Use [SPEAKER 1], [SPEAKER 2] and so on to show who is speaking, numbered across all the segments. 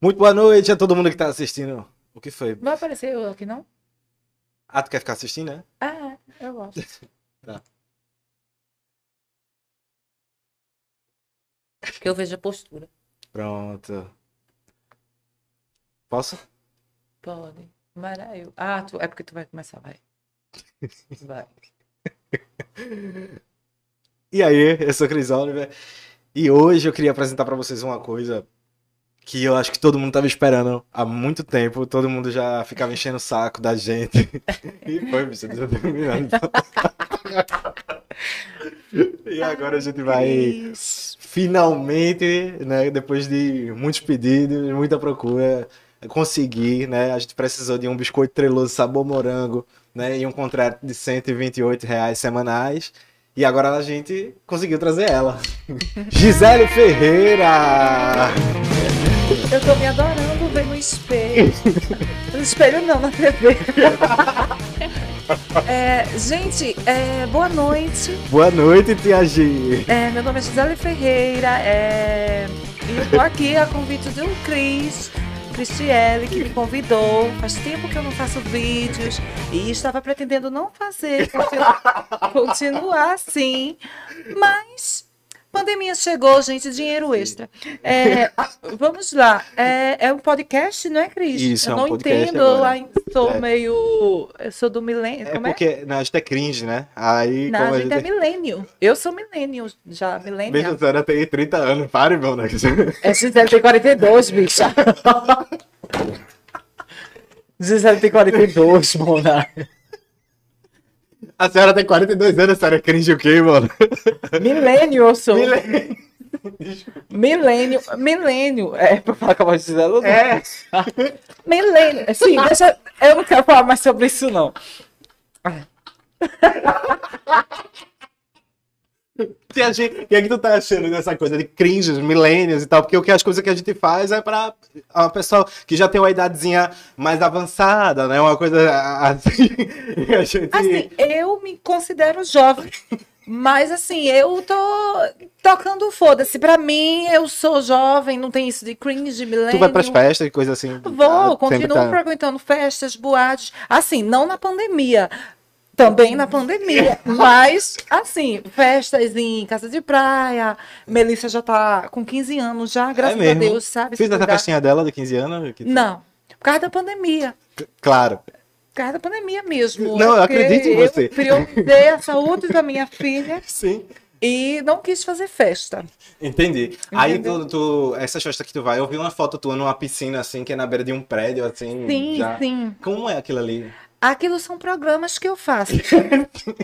[SPEAKER 1] Muito boa noite a todo mundo que tá assistindo. O que foi?
[SPEAKER 2] Vai aparecer eu aqui, não?
[SPEAKER 1] Ah, tu quer ficar assistindo, né?
[SPEAKER 2] Ah, eu gosto.
[SPEAKER 1] Tá.
[SPEAKER 2] Porque eu vejo a postura.
[SPEAKER 1] Pronto. Posso?
[SPEAKER 2] Pode. Maravilha. Ah, tu... é porque tu vai começar, vai. Vai.
[SPEAKER 1] E aí, eu sou Cris Oliver. E hoje eu queria apresentar pra vocês uma coisa que eu acho que todo mundo tava esperando há muito tempo. Todo mundo já ficava enchendo o saco da gente. E foi, bicho, deixa eu terminar. E agora a gente vai
[SPEAKER 2] Cris.
[SPEAKER 1] finalmente, né, depois de muitos pedidos, muita procura, conseguir, né? A gente precisou de um biscoito treloso sabor morango, né, e um contrato de R$ 128 reais semanais. E agora a gente conseguiu trazer ela. Gisele Ferreira!
[SPEAKER 2] Eu tô me adorando ver no espelho. No espelho não, na TV. É, gente, é, boa noite.
[SPEAKER 1] Boa noite, Tia Gi!
[SPEAKER 2] É, meu nome é Gisele Ferreira é, e eu tô aqui a convite de um Cris, Cristiele, que me convidou. Faz tempo que eu não faço vídeos e estava pretendendo não fazer, continu- continuar assim, mas pandemia chegou, gente, dinheiro extra. É, vamos lá, é, é um podcast, não é, Cris?
[SPEAKER 1] Isso,
[SPEAKER 2] eu
[SPEAKER 1] é um
[SPEAKER 2] não
[SPEAKER 1] podcast
[SPEAKER 2] entendo, eu
[SPEAKER 1] agora.
[SPEAKER 2] ainda sou
[SPEAKER 1] É.
[SPEAKER 2] meio... Eu sou do milênio,
[SPEAKER 1] É
[SPEAKER 2] como é?
[SPEAKER 1] porque não, a gente é cringe, né? Aí,
[SPEAKER 2] Não,
[SPEAKER 1] como
[SPEAKER 2] a gente é milênio. Eu sou milênio já,
[SPEAKER 1] Mesmo
[SPEAKER 2] milênio.
[SPEAKER 1] a senhora tem 30 anos, pare, meu né?
[SPEAKER 2] É Gisele tem 42, bicha. Gisele tem 42, Mona.
[SPEAKER 1] A senhora tem 42 anos, a senhora é cringe o quê, mano?
[SPEAKER 2] Milênio eu sou.
[SPEAKER 1] Milênio.
[SPEAKER 2] Milênio. Milênio. É, pra falar com a voz de Gisele? ou não?
[SPEAKER 1] É.
[SPEAKER 2] Milênio. Sim, deixa... Eu não quero falar mais sobre isso, não.
[SPEAKER 1] E a gente- o que é que tu tá achando dessa coisa de cringes, millennials e tal? Porque o que as coisas que a gente faz é pra a pessoa que já tem uma idadezinha mais avançada, né? Uma coisa assim. E a gente.
[SPEAKER 2] Assim, eu me considero jovem. Mas assim, eu tô tocando foda-se. Pra mim, eu sou jovem, não tem isso de cringe, milênio.
[SPEAKER 1] tu vai pras festas e coisa assim.
[SPEAKER 2] Vou,
[SPEAKER 1] tá? Sempre
[SPEAKER 2] continuo
[SPEAKER 1] tá-
[SPEAKER 2] frequentando festas, boates. Assim, não na pandemia. Também na pandemia. Mas, assim, festas em casa de praia. Melissa já tá com 15 anos já, graças a
[SPEAKER 1] É mesmo?
[SPEAKER 2] Deus, sabe? se
[SPEAKER 1] Fiz essa
[SPEAKER 2] cuidar.
[SPEAKER 1] festinha dela de 15 anos. que-
[SPEAKER 2] Não. Por causa da pandemia.
[SPEAKER 1] Claro.
[SPEAKER 2] Por causa da pandemia mesmo. É
[SPEAKER 1] Não, eu
[SPEAKER 2] porque
[SPEAKER 1] acredito em você.
[SPEAKER 2] Eu priorizei a saúde da minha filha
[SPEAKER 1] Sim.
[SPEAKER 2] e não quis fazer festa.
[SPEAKER 1] Entendi. Aí tu,
[SPEAKER 2] Entendeu?
[SPEAKER 1] tu. Essa festa que tu vai, eu vi uma foto tua numa piscina assim, que é na beira de um prédio, assim.
[SPEAKER 2] Sim,
[SPEAKER 1] já.
[SPEAKER 2] sim.
[SPEAKER 1] Como é aquilo ali?
[SPEAKER 2] Aquilo são programas que eu faço.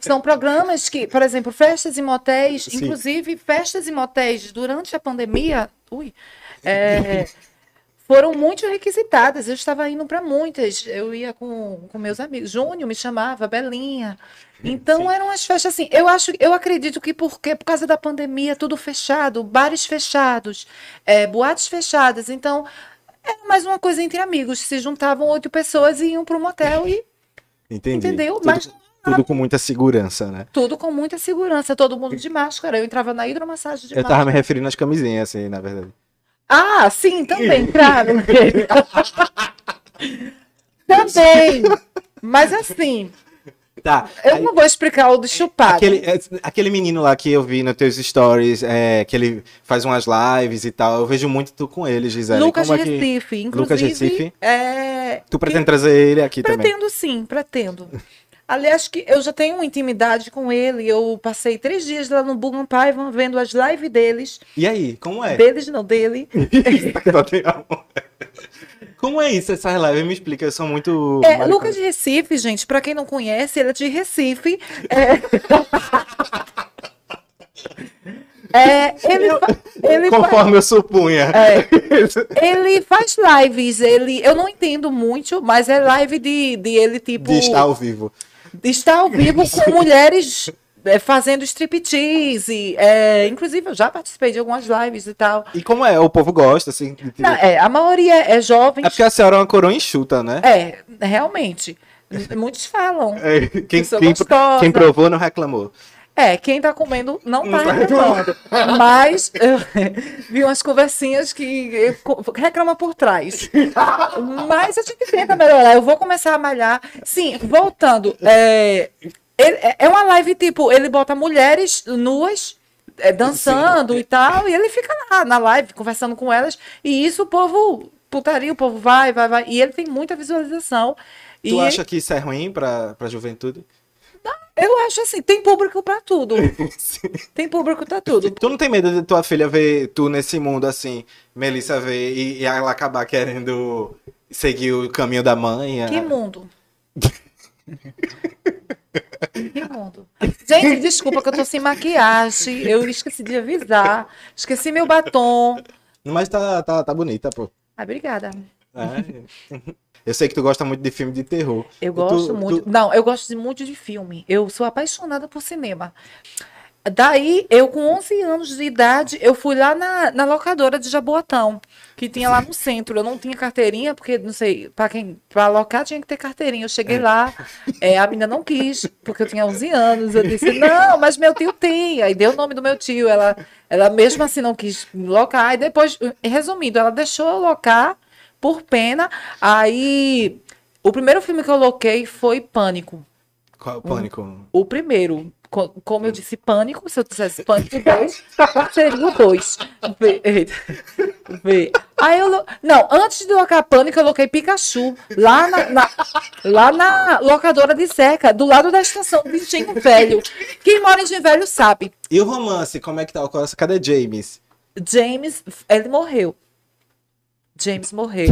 [SPEAKER 2] são programas que, por exemplo, festas e motéis,
[SPEAKER 1] Sim.
[SPEAKER 2] inclusive festas e motéis durante a pandemia, ui, é, foram muito requisitadas. Eu estava indo para muitas. Eu ia com, com meus amigos. Júnior me chamava, Belinha. Então eram as festas assim. Eu acho, eu acredito que porque por causa da pandemia, tudo fechado, bares fechados, é, boates fechadas. Então era mais uma coisa entre amigos. Se juntavam oito pessoas e iam para um motel e
[SPEAKER 1] Entendi.
[SPEAKER 2] Entendeu?
[SPEAKER 1] Tudo,
[SPEAKER 2] Mas-
[SPEAKER 1] tudo com muita segurança, né?
[SPEAKER 2] tudo com muita segurança, todo mundo de máscara. Eu entrava na hidromassagem de
[SPEAKER 1] Eu
[SPEAKER 2] máscara.
[SPEAKER 1] tava me referindo às camisinhas, assim, na verdade.
[SPEAKER 2] Ah, sim, também, claro. também. Mas assim,
[SPEAKER 1] Tá.
[SPEAKER 2] eu
[SPEAKER 1] aí-
[SPEAKER 2] não vou explicar o do chupado.
[SPEAKER 1] aquele, é, aquele menino lá que eu vi nos teus stories, é, que ele faz umas lives e tal, eu vejo muito tu com ele, Gisele.
[SPEAKER 2] Lucas
[SPEAKER 1] Como é que
[SPEAKER 2] Recife, inclusive.
[SPEAKER 1] Lucas Recife?
[SPEAKER 2] É...
[SPEAKER 1] tu pretende trazer ele aqui também?
[SPEAKER 2] Pretendo sim, pretendo. Aliás, que eu já tenho intimidade com ele. Eu passei três dias lá no Bugan Paiva vendo as lives deles.
[SPEAKER 1] E aí, como é? Tá
[SPEAKER 2] Deles não, dele.
[SPEAKER 1] Só tem amor. como é isso, essas lives? Me explica, eu sou muito...
[SPEAKER 2] É,
[SPEAKER 1] maricona.
[SPEAKER 2] Lucas de Recife, gente, pra quem não conhece, ele é de Recife. É... É, ele, fa- ele, fa-
[SPEAKER 1] Conforme eu supunha.
[SPEAKER 2] É. ele faz lives, ele, eu não entendo muito, mas é live de, de ele, tipo,
[SPEAKER 1] De estar ao vivo.
[SPEAKER 2] de estar ao vivo com mulheres é, fazendo striptease. É, inclusive, eu já participei de algumas lives e tal.
[SPEAKER 1] E como é? O povo gosta, assim. de-
[SPEAKER 2] Não, é, a maioria é jovem.
[SPEAKER 1] É porque a senhora é uma coroa enxuta, né?
[SPEAKER 2] É, realmente. Muitos falam.
[SPEAKER 1] É, Quem,
[SPEAKER 2] Pessoa
[SPEAKER 1] quem,
[SPEAKER 2] gostosa.
[SPEAKER 1] quem provou não reclamou.
[SPEAKER 2] É, quem tá comendo não
[SPEAKER 1] Não
[SPEAKER 2] tá
[SPEAKER 1] tá
[SPEAKER 2] reclamando. Mas eu vi umas conversinhas que eu co- reclama por trás. Mas a gente tenta melhorar. Eu vou começar a malhar. Sim, voltando. É, ele- é- é uma live tipo, ele bota mulheres nuas. é, dançando e tal, e ele fica lá na live conversando com elas, e isso o povo putaria, o povo vai, vai, vai, e ele tem muita visualização.
[SPEAKER 1] Tu
[SPEAKER 2] e
[SPEAKER 1] acha que isso é ruim pra, pra juventude?
[SPEAKER 2] Eu acho assim, tem público pra tudo. Tem público pra tudo.
[SPEAKER 1] Tu não tem medo de tua filha ver tu nesse mundo assim, Melissa ver e, e ela acabar querendo seguir o caminho da mãe? Ah, a-
[SPEAKER 2] Que mundo. Que mundo. Gente, desculpa que eu tô sem maquiagem. Eu esqueci de avisar. Esqueci meu batom.
[SPEAKER 1] Mas tá, tá, tá bonita, pô.
[SPEAKER 2] Ah, obrigada.
[SPEAKER 1] É. Eu sei que tu gosta muito de filme de terror.
[SPEAKER 2] Eu
[SPEAKER 1] Tu-
[SPEAKER 2] gosto
[SPEAKER 1] tu-
[SPEAKER 2] muito. Não, eu gosto de- muito de filme. Eu sou apaixonada por cinema. Daí, eu com 11 anos de idade, eu fui lá na, na locadora de Jaboatão, que tinha lá no centro. Eu não tinha carteirinha, porque, não sei, para quem, para alocar tinha que ter carteirinha. Eu cheguei lá, é, a menina não quis, porque eu tinha 11 anos. Eu disse, não, mas meu tio tem. Aí deu o nome do meu tio. Ela, ela mesmo assim não quis locar. E depois, resumindo, ela deixou eu locar por pena. Aí, o primeiro filme que eu loquei foi Pânico.
[SPEAKER 1] Qual é
[SPEAKER 2] Hum.
[SPEAKER 1] o pânico?
[SPEAKER 2] O primeiro, co- como eu disse, Pânico, se eu dissesse Pânico 2, seria o 2. Vê, eita. Vê. Aí eu. lo- Não, antes de locar Pânico, eu loquei Pikachu, lá na, na- lá na locadora de seca, do lado da estação de Engenho Velho. Quem mora em Engenho Velho sabe.
[SPEAKER 1] E o romance, como é que tá? Qual é- Cadê James?
[SPEAKER 2] James, ele morreu. James morreu.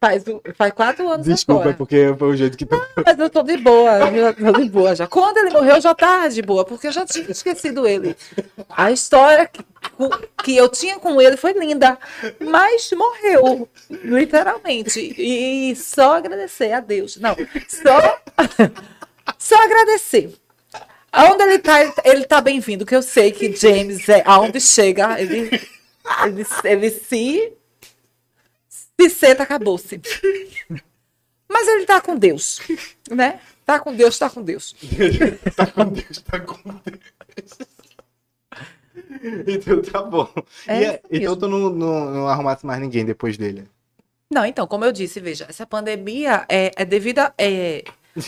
[SPEAKER 2] Faz, o- faz quatro anos agora.
[SPEAKER 1] é
[SPEAKER 2] Ah!
[SPEAKER 1] porque foi o jeito que tu.
[SPEAKER 2] Mas eu tô de boa, eu tô de boa já. Quando ele morreu, eu já tava de boa, porque eu já tinha esquecido ele. A história que, que eu tinha com ele foi linda, mas morreu, literalmente. E só agradecer a Deus. Não, só, só agradecer. Aonde ele tá, ele- ele tá bem-vindo, que eu sei que James, é, aonde chega, ele, ele, ele se. Se senta, acabou-se. Mas ele tá com Deus, né? Tá com Deus, tá com Deus.
[SPEAKER 1] tá com Deus, tá com Deus. Então tá bom.
[SPEAKER 2] É
[SPEAKER 1] E é- então
[SPEAKER 2] isso.
[SPEAKER 1] tu não, não, não arrumasse mais ninguém depois dele.
[SPEAKER 2] Não, então, como eu disse, veja, essa pandemia é, é devido a, é,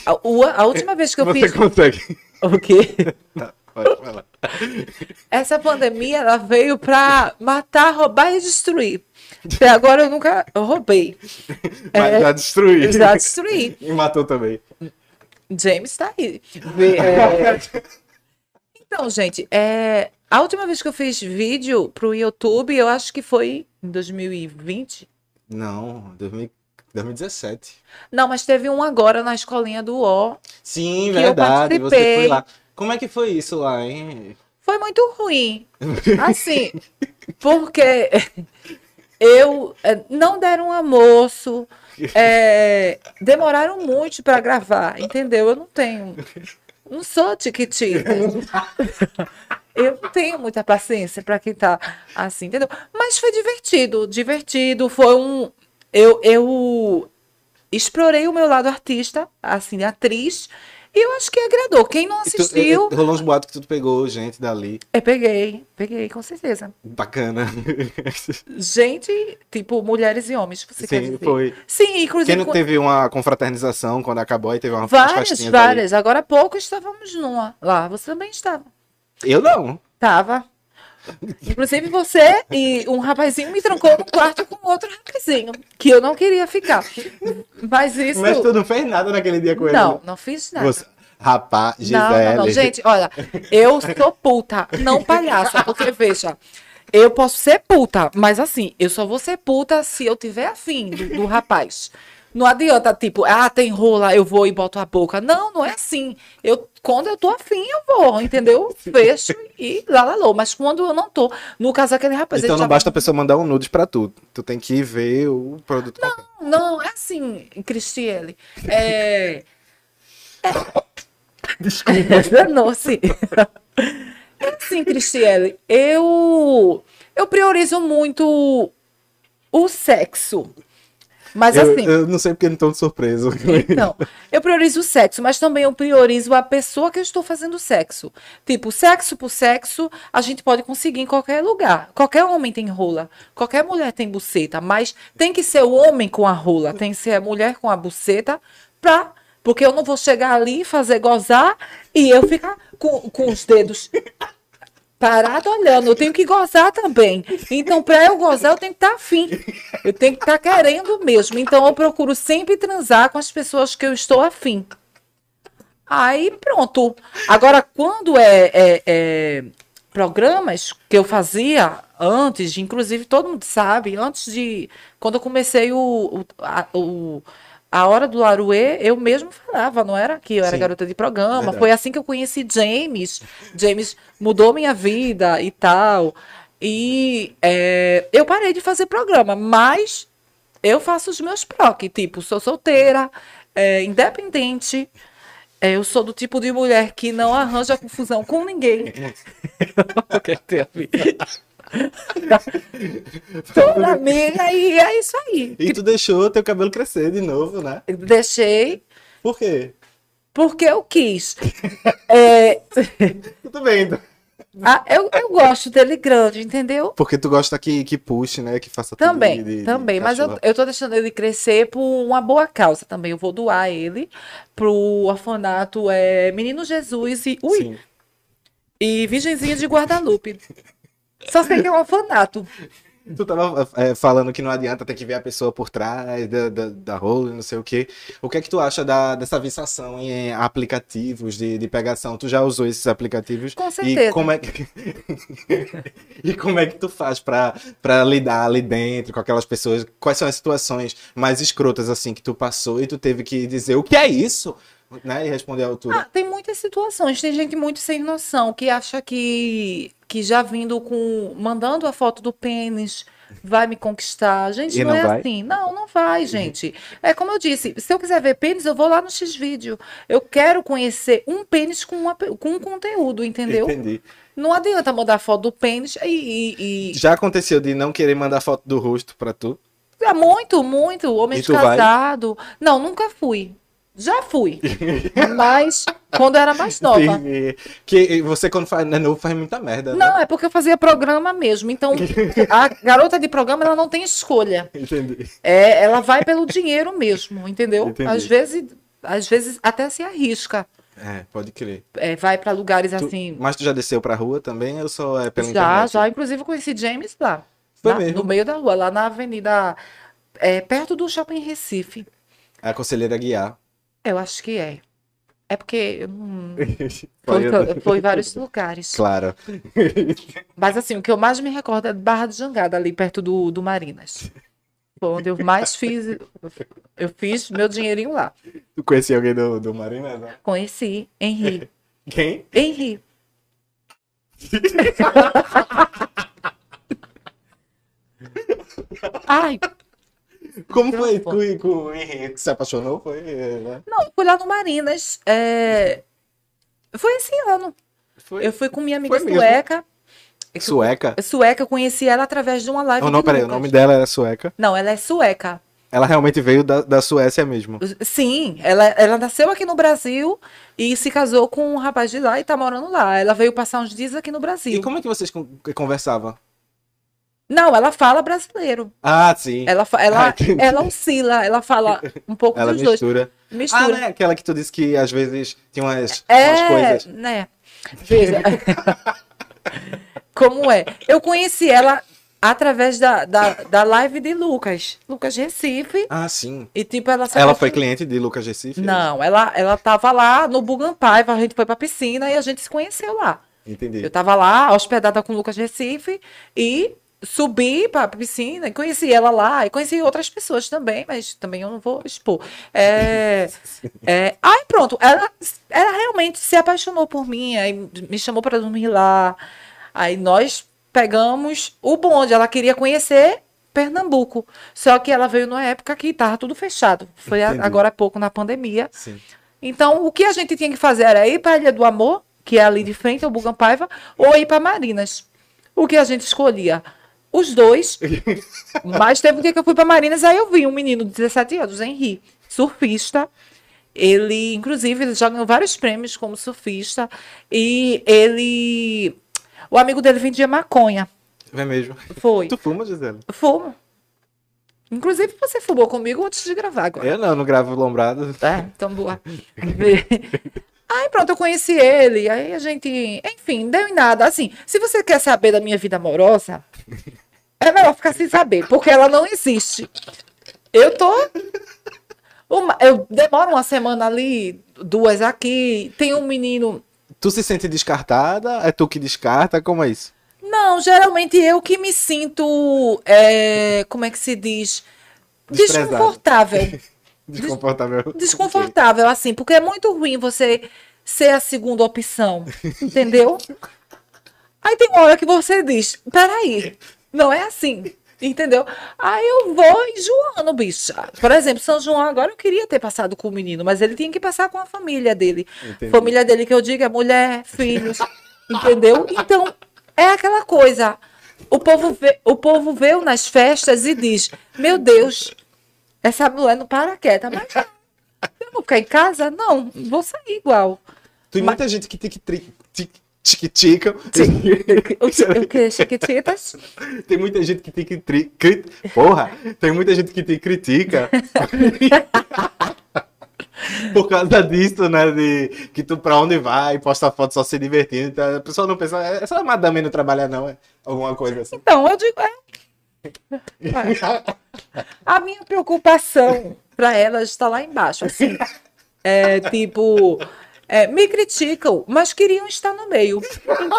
[SPEAKER 2] a, o- a última vez que eu
[SPEAKER 1] Você
[SPEAKER 2] fiz.
[SPEAKER 1] consegue.
[SPEAKER 2] O quê?
[SPEAKER 1] Não, pode falar.
[SPEAKER 2] Essa pandemia ela veio pra matar, roubar e destruir. Até agora eu nunca eu roubei.
[SPEAKER 1] Mas
[SPEAKER 2] É,
[SPEAKER 1] já destruí.
[SPEAKER 2] eu já destruí.
[SPEAKER 1] E matou também.
[SPEAKER 2] James tá aí. Vê, é. Então, gente, é, a última vez que eu fiz vídeo pro YouTube, eu acho que foi em 2020.
[SPEAKER 1] Não, 2000 2017.
[SPEAKER 2] Não, mas teve um agora na escolinha do O.
[SPEAKER 1] Sim,
[SPEAKER 2] eu
[SPEAKER 1] verdade. Você foi
[SPEAKER 2] participei.
[SPEAKER 1] lá. Como é que foi isso lá, hein?
[SPEAKER 2] Foi muito ruim. Assim, porque eu eh, não deram almoço, eh, demoraram muito para gravar, entendeu? Eu não tenho. Não sou tiquitita. Eu não tenho muita paciência para quem tá assim, entendeu? Mas foi divertido, divertido. Foi um. Eu, eu explorei o meu lado artista, assim, atriz, e eu acho que agradou. Quem
[SPEAKER 1] E
[SPEAKER 2] não
[SPEAKER 1] tu-
[SPEAKER 2] assistiu.
[SPEAKER 1] e- e rolou uns boatos que tu pegou, gente, dali.
[SPEAKER 2] É, peguei, peguei, com certeza.
[SPEAKER 1] Bacana.
[SPEAKER 2] Gente, tipo, mulheres e homens, você quer
[SPEAKER 1] Sim,
[SPEAKER 2] dizer.
[SPEAKER 1] foi.
[SPEAKER 2] Sim,
[SPEAKER 1] Quem
[SPEAKER 2] inclusive,
[SPEAKER 1] não
[SPEAKER 2] com-
[SPEAKER 1] teve uma confraternização quando acabou e teve uma umas
[SPEAKER 2] várias,
[SPEAKER 1] festinhas ali?
[SPEAKER 2] várias. Agora há pouco estávamos numa lá, você também estava.
[SPEAKER 1] Eu não.
[SPEAKER 2] Tava. Inclusive você e um rapazinho me trancou no quarto com outro rapazinho, que eu não queria ficar. Mas isso...
[SPEAKER 1] Mas tu não fez nada naquele dia com ele.
[SPEAKER 2] não,
[SPEAKER 1] né?
[SPEAKER 2] não fiz nada.
[SPEAKER 1] Você... Rapaz, Gisele.
[SPEAKER 2] Não, não, não. Gente, olha, eu sou puta, não palhaça, porque veja. Eu posso ser puta, mas assim, eu só vou ser puta se eu tiver afim do, do rapaz. Não adianta, tipo, ah, tem rola, eu vou e boto a boca. Não, não é assim. Eu, quando eu tô afim, eu vou, entendeu? Fecho e lá, lá, lá. Mas quando eu não tô, no caso aquele rapaz...
[SPEAKER 1] então
[SPEAKER 2] ele
[SPEAKER 1] não
[SPEAKER 2] já-
[SPEAKER 1] basta a pessoa mandar um nudes pra tu. Tu tem que ver o produto. completo.
[SPEAKER 2] Não, é assim, Cristiele. É... Desculpa. Danou-se. É assim, Cristiele. Eu, eu priorizo muito o sexo. Mas
[SPEAKER 1] eu,
[SPEAKER 2] assim.
[SPEAKER 1] eu não sei porque não estou surpreso.
[SPEAKER 2] Então, eu priorizo o sexo, mas também eu priorizo a pessoa que eu estou fazendo sexo. Tipo, sexo por sexo, a gente pode conseguir em qualquer lugar. Qualquer homem tem rola, qualquer mulher tem buceta, mas tem que ser o homem com a rola, tem que ser a mulher com a buceta, pra. Porque eu não vou chegar ali, fazer gozar e eu ficar com, com os dedos parado olhando. Eu tenho que gozar também. Então, para eu gozar, eu tenho que estar afim. Eu tenho que estar querendo mesmo. Então, eu procuro sempre transar com as pessoas que eu estou afim. Aí, pronto. Agora, quando é, é- é programas que eu fazia antes, inclusive todo mundo sabe, antes de. Quando eu comecei o. o- a, o- a Hora do Laruê, eu mesmo falava, não era que eu era
[SPEAKER 1] Sim.
[SPEAKER 2] garota de programa.
[SPEAKER 1] Verdade.
[SPEAKER 2] Foi assim que eu conheci James. James mudou minha vida e tal. E é, eu parei de fazer programa, mas eu faço os meus PROC. Tipo, sou solteira, é, independente. É, eu sou do tipo de mulher que não arranja confusão com ninguém. Toda minha e é isso aí.
[SPEAKER 1] E tu deixou teu cabelo crescer de novo, né?
[SPEAKER 2] Deixei
[SPEAKER 1] Por quê?
[SPEAKER 2] porque eu quis. É,
[SPEAKER 1] Tudo bem. então.
[SPEAKER 2] ah, eu, eu gosto dele grande, entendeu?
[SPEAKER 1] Porque tu gosta que, que puxe, né? Que faça tudo
[SPEAKER 2] Também,
[SPEAKER 1] de- de- de
[SPEAKER 2] também. mas eu,
[SPEAKER 1] cachorro.
[SPEAKER 2] eu tô deixando ele crescer por uma boa causa também. Eu vou doar ele pro orfanato é, Menino Jesus e, ui,
[SPEAKER 1] Sim.
[SPEAKER 2] e Virgenzinha de Guadalupe. Só sei que é um orfanato.
[SPEAKER 1] Tu tava é, falando que não adianta ter que ver a pessoa por trás da, da, da rola, e não sei o quê. O que é que tu acha da, dessa viciação em aplicativos de, de pegação? Tu já usou esses aplicativos?
[SPEAKER 2] Com
[SPEAKER 1] E
[SPEAKER 2] certeza.
[SPEAKER 1] como é que, e como é que tu faz pra, pra lidar ali dentro com aquelas pessoas? Quais são as situações mais escrotas assim que tu passou e tu teve que dizer o que é isso? Né? E responder à
[SPEAKER 2] Ah,
[SPEAKER 1] altura.
[SPEAKER 2] tem muitas situações. Tem gente muito sem noção que acha que, que já vindo com. mandando a foto do pênis vai me conquistar. Gente,
[SPEAKER 1] E
[SPEAKER 2] não,
[SPEAKER 1] não
[SPEAKER 2] é
[SPEAKER 1] vai? Uhum.
[SPEAKER 2] assim. Não, não vai, gente. É como eu disse, se eu quiser ver pênis, eu vou lá no X-Vídeo. Eu quero conhecer um pênis com, uma pe- com um conteúdo, entendeu?
[SPEAKER 1] Entendi.
[SPEAKER 2] Não adianta mandar foto do pênis e. e, e-
[SPEAKER 1] Já aconteceu de não querer mandar foto do rosto pra tu?
[SPEAKER 2] É muito, muito. Homem
[SPEAKER 1] E
[SPEAKER 2] de
[SPEAKER 1] tu vai?
[SPEAKER 2] casado. Não, nunca fui. Já fui. Mas quando eu era mais nova.
[SPEAKER 1] Entendi. Que você quando faz, é novo faz muita merda, né?
[SPEAKER 2] Não, é porque eu fazia programa mesmo. Então, a garota de programa, ela não tem escolha.
[SPEAKER 1] Entendi.
[SPEAKER 2] É, ela vai pelo dinheiro mesmo, entendeu?
[SPEAKER 1] Entendi.
[SPEAKER 2] Às vezes, às vezes até se arrisca.
[SPEAKER 1] É, pode crer.
[SPEAKER 2] É, vai para lugares
[SPEAKER 1] Tu-
[SPEAKER 2] assim.
[SPEAKER 1] Mas tu já desceu pra rua também ou só é pela
[SPEAKER 2] já,
[SPEAKER 1] internet?
[SPEAKER 2] já. Inclusive, eu conheci James lá.
[SPEAKER 1] Foi
[SPEAKER 2] lá
[SPEAKER 1] mesmo?
[SPEAKER 2] No meio da rua, lá na avenida, é, perto do Shopping Recife.
[SPEAKER 1] A conselheira guiar.
[SPEAKER 2] Eu acho que é. É porque eu não-
[SPEAKER 1] Foi- né?
[SPEAKER 2] foi, foi em vários lugares.
[SPEAKER 1] Claro.
[SPEAKER 2] Mas assim, o que eu mais me recordo é de Barra de Jangada, ali perto do, do Marinas. Foi onde eu mais fiz. Eu fiz meu dinheirinho lá.
[SPEAKER 1] Tu conhecia alguém do, do Marina? não?
[SPEAKER 2] Conheci Henri.
[SPEAKER 1] Quem?
[SPEAKER 2] Henri. Ai,
[SPEAKER 1] Como foi?
[SPEAKER 2] Não, pô.
[SPEAKER 1] Tu, e com o Henrique se apaixonou? Foi, né?
[SPEAKER 2] não, eu fui lá no Marinas. é, Foi esse ano.
[SPEAKER 1] Foi.
[SPEAKER 2] Eu fui com minha amiga
[SPEAKER 1] Foi mesmo.
[SPEAKER 2] sueca.
[SPEAKER 1] Sueca?
[SPEAKER 2] Sueca, eu conheci ela através de uma live.
[SPEAKER 1] Não, não,
[SPEAKER 2] de
[SPEAKER 1] peraí, o
[SPEAKER 2] Lucas.
[SPEAKER 1] nome dela era sueca.
[SPEAKER 2] Não, ela é sueca.
[SPEAKER 1] Ela realmente veio da, da Suécia mesmo.
[SPEAKER 2] Sim, ela, ela nasceu aqui no Brasil e se casou com um rapaz de lá e tá morando lá. Ela veio passar uns dias aqui no Brasil.
[SPEAKER 1] E como é que vocês con- conversavam?
[SPEAKER 2] Não, ela fala brasileiro.
[SPEAKER 1] Ah, sim.
[SPEAKER 2] Ela, fa- ela,
[SPEAKER 1] Ah, entendi.
[SPEAKER 2] ela oscila, ela fala um pouco
[SPEAKER 1] Ela
[SPEAKER 2] dos dois.
[SPEAKER 1] mistura. Ah,
[SPEAKER 2] Mistura.
[SPEAKER 1] né? Aquela que tu disse que às vezes tinha umas, umas
[SPEAKER 2] É,
[SPEAKER 1] coisas.
[SPEAKER 2] né? Veja. Como é? Eu conheci ela através da, da, da live de Lucas. Lucas Recife.
[SPEAKER 1] Ah, sim.
[SPEAKER 2] E tipo, ela se
[SPEAKER 1] Ela foi
[SPEAKER 2] apaixonou-
[SPEAKER 1] cliente de Lucas Recife? né?
[SPEAKER 2] Não, ela, ela tava lá no Bugampaiva, a gente foi pra piscina e a gente se conheceu lá.
[SPEAKER 1] Entendi.
[SPEAKER 2] Eu tava lá, hospedada com o Lucas Recife, e subi pra piscina e conheci ela lá, e conheci outras pessoas também, mas também eu não vou expor. É, é, aí pronto, ela, ela realmente se apaixonou por mim, aí me chamou pra dormir lá, aí nós pegamos o bonde, ela queria conhecer Pernambuco, só que ela veio numa época que tava tudo fechado, foi a-
[SPEAKER 1] Entendi.
[SPEAKER 2] agora há pouco na pandemia,
[SPEAKER 1] Sim.
[SPEAKER 2] então, o que a gente tinha que fazer era ir para a Ilha do Amor, que é ali de frente ao Bugampaiva, ou ir para Marinas. O que a gente escolhia? Os dois. Mas teve um dia que eu fui para Marinas, aí eu vi um menino de 17 anos, Henri, surfista. Ele, inclusive, ele já ganhou vários prêmios como surfista. E ele. O amigo dele vendia maconha.
[SPEAKER 1] É mesmo.
[SPEAKER 2] Foi.
[SPEAKER 1] Tu fuma, Gisele?
[SPEAKER 2] Fumo. Inclusive, você fumou comigo antes de gravar agora.
[SPEAKER 1] Eu não, não gravo lombrado.
[SPEAKER 2] É, então boa. aí pronto, eu conheci ele. Aí a gente, enfim, deu em nada. Assim, se você quer saber da minha vida amorosa, é melhor ficar sem saber, porque ela não existe. Eu tô. Uma, eu demoro uma semana ali, duas aqui. Tem um menino.
[SPEAKER 1] Tu se sente descartada? É tu que descarta? Como é isso?
[SPEAKER 2] Não, geralmente eu que me sinto. é, como é que se diz?
[SPEAKER 1] Desprezado.
[SPEAKER 2] Desconfortável.
[SPEAKER 1] Desconfortável.
[SPEAKER 2] desconfortável, assim, porque é muito ruim você ser a segunda opção, entendeu? Aí tem uma hora que você diz, peraí, não é assim, entendeu? Aí eu vou enjoando, bicha. Por exemplo, São João agora eu queria ter passado com o menino, mas ele tinha que passar com a família dele.
[SPEAKER 1] Entendi.
[SPEAKER 2] Família dele que eu digo é mulher, filhos, entendeu? Então, é aquela coisa. O povo, vê, o povo veio nas festas e diz, meu Deus, essa mulher não para quieta, mas tá. eu vou ficar em casa? Não, vou sair igual.
[SPEAKER 1] Tem muita gente que tic tri- tic tic-tica.
[SPEAKER 2] Eu, eu queria chiquititas.
[SPEAKER 1] Tem muita gente que tic tri- cri- Porra! Tem muita gente que te critica. Por causa disso, né? De que tu pra onde vai, posta foto só se divertindo. Então, a pessoa não pensa, "É, essa madame não trabalha, não, é alguma coisa assim.
[SPEAKER 2] Então, eu digo, é, a minha preocupação para elas está lá embaixo. Assim, é tipo. é, me criticam, mas queriam estar no meio. In-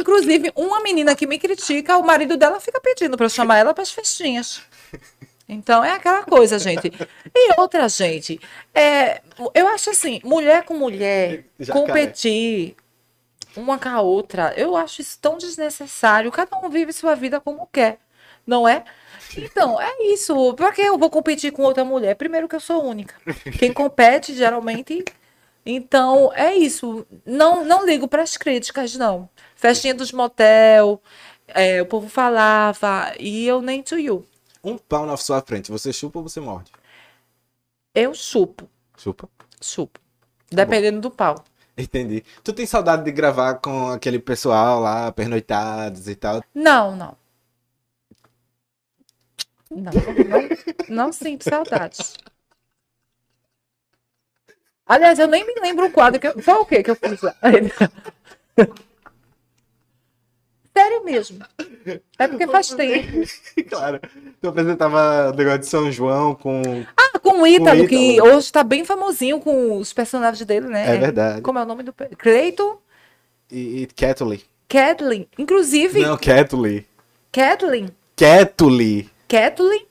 [SPEAKER 2] Inclusive, uma menina que me critica, o marido dela fica pedindo para chamar ela para as festinhas. Então é aquela coisa, gente. E outra, gente, é, eu acho assim, mulher com mulher,
[SPEAKER 1] Jacaré.
[SPEAKER 2] competir uma com a outra, eu acho isso tão desnecessário. Cada um vive sua vida como quer, não é? Então, é isso. Pra que eu vou competir com outra mulher? Primeiro que eu sou única. Quem compete, geralmente. Então, é isso. Não, não ligo para as críticas, não. Festinha dos motel, é, o povo falava, e eu nem to you.
[SPEAKER 1] Um pau na sua frente, você chupa ou você morde?
[SPEAKER 2] Eu chupo,
[SPEAKER 1] Chupa.
[SPEAKER 2] chupo. Dependendo do pau.
[SPEAKER 1] Entendi. Tu tem saudade de gravar com aquele pessoal lá, pernoitados e tal?
[SPEAKER 2] Não, não. Não, não, não sinto saudades. Aliás, eu nem me lembro o quadro que eu. Foi o que que eu fiz lá? Sério mesmo. É porque faz tempo.
[SPEAKER 1] claro. Tu apresentava o negócio de São João com.
[SPEAKER 2] Ah, com o Ítalo,
[SPEAKER 1] Ítalo.
[SPEAKER 2] que hoje tá bem famosinho com os personagens dele, né?
[SPEAKER 1] É verdade.
[SPEAKER 2] Como é o nome do. pe- Cleiton,
[SPEAKER 1] E, e Catley.
[SPEAKER 2] Kathleen. Inclusive,
[SPEAKER 1] Não, Catley.
[SPEAKER 2] Kathleen.
[SPEAKER 1] Catley.
[SPEAKER 2] Kathleen.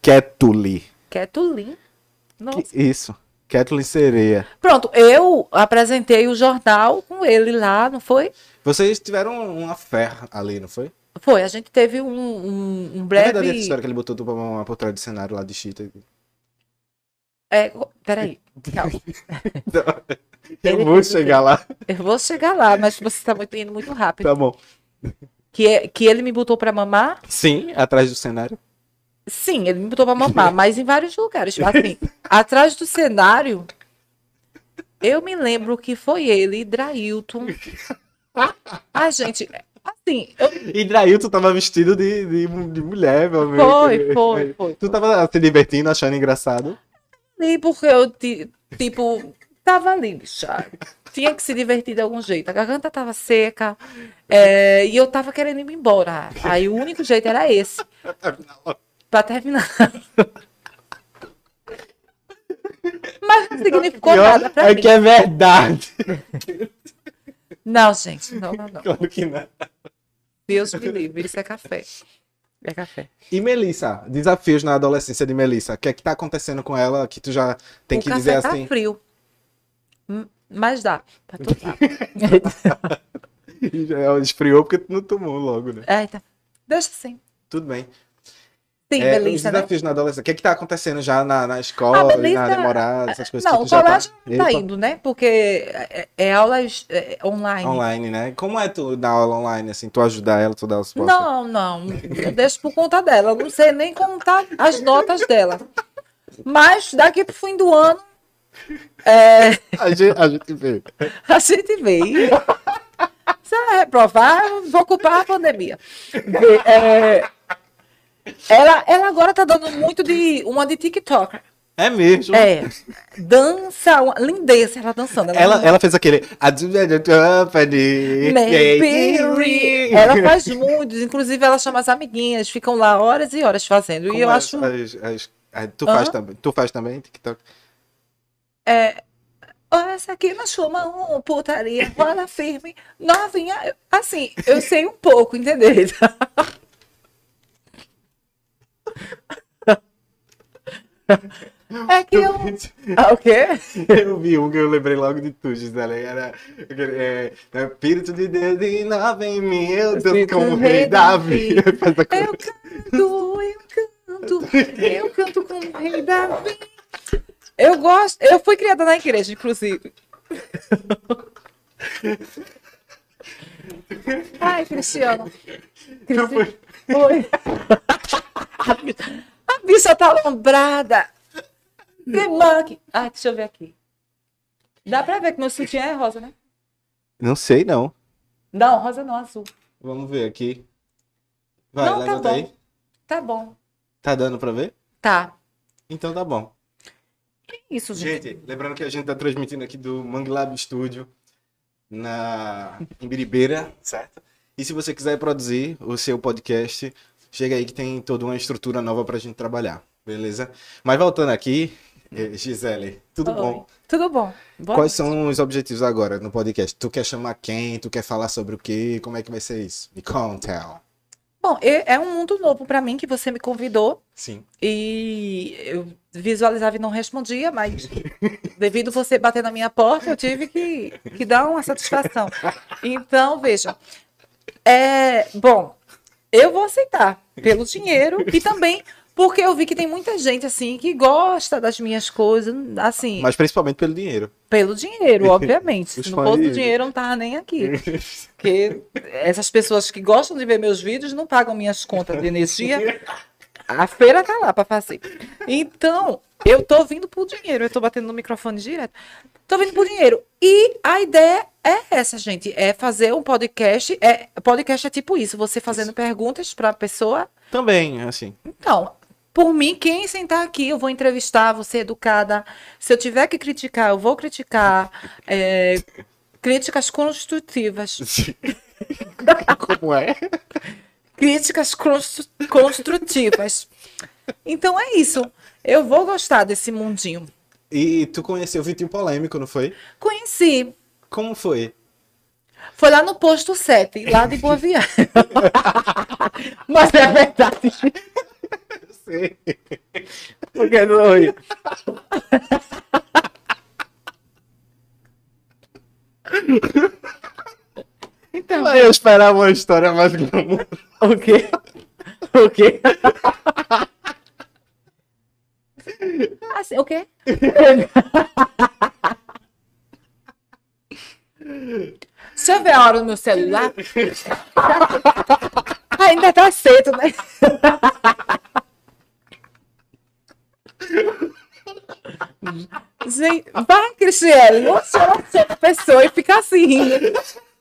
[SPEAKER 1] Catley.
[SPEAKER 2] Kathleen. Nossa.
[SPEAKER 1] Que- Isso. Kathleen Sereia.
[SPEAKER 2] Pronto, eu apresentei o jornal com ele lá, não foi?
[SPEAKER 1] Vocês tiveram uma fé ali, não foi?
[SPEAKER 2] Foi, a gente teve um, um, um
[SPEAKER 1] É
[SPEAKER 2] breve.
[SPEAKER 1] verdade essa história que ele botou tu pra mamar por trás do cenário lá de Chita.
[SPEAKER 2] É, o- peraí, calma.
[SPEAKER 1] Eu vou chegar lá.
[SPEAKER 2] Eu vou chegar lá, mas você está muito, indo muito rápido.
[SPEAKER 1] Tá bom.
[SPEAKER 2] Que, é- que ele me botou para mamar?
[SPEAKER 1] Sim, atrás do cenário.
[SPEAKER 2] Sim, ele me botou para mamar, mas em vários lugares. Assim, atrás do cenário, eu me lembro que foi ele, Drailton. Ah, gente, assim, eu-
[SPEAKER 1] E daí tu tava vestido de, de, de mulher, meu amigo.
[SPEAKER 2] foi, foi, foi.
[SPEAKER 1] Tu tava se divertindo, achando engraçado.
[SPEAKER 2] ali porque eu, ti- tipo, tava ali, bicha. Tinha que se divertir de algum jeito. A garganta tava seca é, e eu tava querendo ir embora. Aí o único jeito era esse, pra terminar. Mas não significou
[SPEAKER 1] Pior
[SPEAKER 2] nada pra
[SPEAKER 1] é
[SPEAKER 2] mim.
[SPEAKER 1] que é verdade.
[SPEAKER 2] Não, gente, não, não, não.
[SPEAKER 1] Claro que não.
[SPEAKER 2] Deus me livre, isso é café. É café.
[SPEAKER 1] E Melissa, desafios na adolescência de Melissa. O que é que tá acontecendo com ela que tu já tem
[SPEAKER 2] o
[SPEAKER 1] que
[SPEAKER 2] café
[SPEAKER 1] dizer
[SPEAKER 2] tá
[SPEAKER 1] assim?
[SPEAKER 2] frio. Hum, Mas dá. Tá tudo lá.
[SPEAKER 1] E já Esfriou porque tu não tomou logo, né?
[SPEAKER 2] Eita. Deixa assim.
[SPEAKER 1] Tudo bem.
[SPEAKER 2] Sim,
[SPEAKER 1] É, os
[SPEAKER 2] Melissa, né?
[SPEAKER 1] desafios na adolescência. O que é que tá acontecendo já na, na escola,
[SPEAKER 2] Ah,
[SPEAKER 1] e na
[SPEAKER 2] Melissa-
[SPEAKER 1] namorada, essas coisas
[SPEAKER 2] Não,
[SPEAKER 1] que
[SPEAKER 2] o
[SPEAKER 1] tu já tá...
[SPEAKER 2] colégio não tá
[SPEAKER 1] Epa,
[SPEAKER 2] indo, né? Porque é, é aulas é, online.
[SPEAKER 1] Online, né? Como é tu dar aula online, assim? Tu ajudar ela, tu dar o suporte?
[SPEAKER 2] Não, não. Eu deixo por conta dela. Eu não sei nem contar as notas dela. Mas daqui pro fim do ano
[SPEAKER 1] A gente, a gente vê.
[SPEAKER 2] a gente vê. E Se ela reprovar, eu vou culpar a pandemia. É, ela, ela agora tá dando muito de uma de TikTok.
[SPEAKER 1] É mesmo.
[SPEAKER 2] É. Dança, uma- lindeza ela dançando.
[SPEAKER 1] Ela, ela fez aquele... A Company.
[SPEAKER 2] Maybe. Ela faz muito. Inclusive, ela chama as amiguinhas, ficam lá horas e horas fazendo.
[SPEAKER 1] Como
[SPEAKER 2] e eu
[SPEAKER 1] é
[SPEAKER 2] acho.
[SPEAKER 1] as- as- ah, tu, faz
[SPEAKER 2] Hã?
[SPEAKER 1] também, tu faz também TikTok?
[SPEAKER 2] É, "Ó, essa aqui não chama um putaria, bola firme, novinha. Eu- Assim, eu sei um pouco, entendeu? É que eu. Ah, o quê?
[SPEAKER 1] Eu vi um que eu lembrei logo de tu, Gisela. Era aquele, é, é, Espírito de Deus inova em mim, eu tô
[SPEAKER 2] Espírito
[SPEAKER 1] como
[SPEAKER 2] de
[SPEAKER 1] rei Davi.
[SPEAKER 2] Davi.
[SPEAKER 1] Faz a coisa.
[SPEAKER 2] Eu canto, eu canto, eu canto com o rei Davi. Eu gosto, eu fui criada na igreja, inclusive. Ai, Cristiano.
[SPEAKER 1] Eu fui-
[SPEAKER 2] Oi. A bicha- A bicha tá alombrada. Demanque. Ah, deixa eu ver aqui. Dá pra ver que meu sutiã é rosa, né?
[SPEAKER 1] Não sei, não.
[SPEAKER 2] Não, rosa não, azul.
[SPEAKER 1] Vamos ver aqui. Vai,
[SPEAKER 2] não, tá
[SPEAKER 1] levanta
[SPEAKER 2] bom.
[SPEAKER 1] aí.
[SPEAKER 2] Tá bom.
[SPEAKER 1] Tá dando pra ver?
[SPEAKER 2] Tá.
[SPEAKER 1] Então tá bom.
[SPEAKER 2] Isso, gente.
[SPEAKER 1] Gente, lembrando que a gente tá transmitindo aqui do Manglab Studio na em Biribeira, certo? E se você quiser produzir o seu podcast, chega aí que tem toda uma estrutura nova pra gente trabalhar, beleza? Mas voltando aqui, eh, Gisele, tudo
[SPEAKER 2] Oi.
[SPEAKER 1] bom?
[SPEAKER 2] Tudo bom. Boa
[SPEAKER 1] Quais
[SPEAKER 2] noite.
[SPEAKER 1] são os objetivos agora no podcast? Tu quer chamar quem? Tu quer falar sobre o quê? Como é que vai ser isso? Me conta.
[SPEAKER 2] Bom, e- é um mundo novo pra mim que você me convidou
[SPEAKER 1] Sim.
[SPEAKER 2] e eu visualizava e não respondia, mas devido você bater na minha porta, eu tive que, que dar uma satisfação. Então, veja. É, bom, eu vou aceitar pelo dinheiro e também porque eu vi que tem muita gente assim que gosta das minhas coisas, assim,
[SPEAKER 1] Mas principalmente pelo dinheiro.
[SPEAKER 2] pelo dinheiro, obviamente.
[SPEAKER 1] Os
[SPEAKER 2] Se no
[SPEAKER 1] fãs-
[SPEAKER 2] bolso do dinheiro eu não tá nem aqui. Porque essas pessoas que gostam de ver meus vídeos não pagam minhas contas de energia. A feira tá lá pra fazer. Então, eu tô vindo por dinheiro. Eu tô batendo no microfone direto. Tô vindo por dinheiro. E a ideia é essa, gente. É fazer um podcast. É, podcast é tipo isso. Você fazendo perguntas pra pessoa.
[SPEAKER 1] Também, assim.
[SPEAKER 2] Então, por mim, quem sentar aqui, eu vou entrevistar, vou ser educada. Se eu tiver que criticar, eu vou criticar. É, críticas construtivas.
[SPEAKER 1] Como é?
[SPEAKER 2] críticas constru- construtivas. Então é isso. Eu vou gostar desse mundinho.
[SPEAKER 1] E tu conheceu o Vitinho Polêmico, não foi?
[SPEAKER 2] Conheci.
[SPEAKER 1] Como foi?
[SPEAKER 2] Foi lá no posto 7, lá de Boa Viagem. Mas é verdade.
[SPEAKER 1] Eu sei.
[SPEAKER 2] Porque não ri. Então,
[SPEAKER 1] Eu esperava uma história mais glamour.
[SPEAKER 2] o quê? O quê? Assim, o quê? Deixa eu ver a hora no meu celular. Ainda tá cedo, né? Gente, vai, Cristiane, não chama a pessoa e fica assim rindo.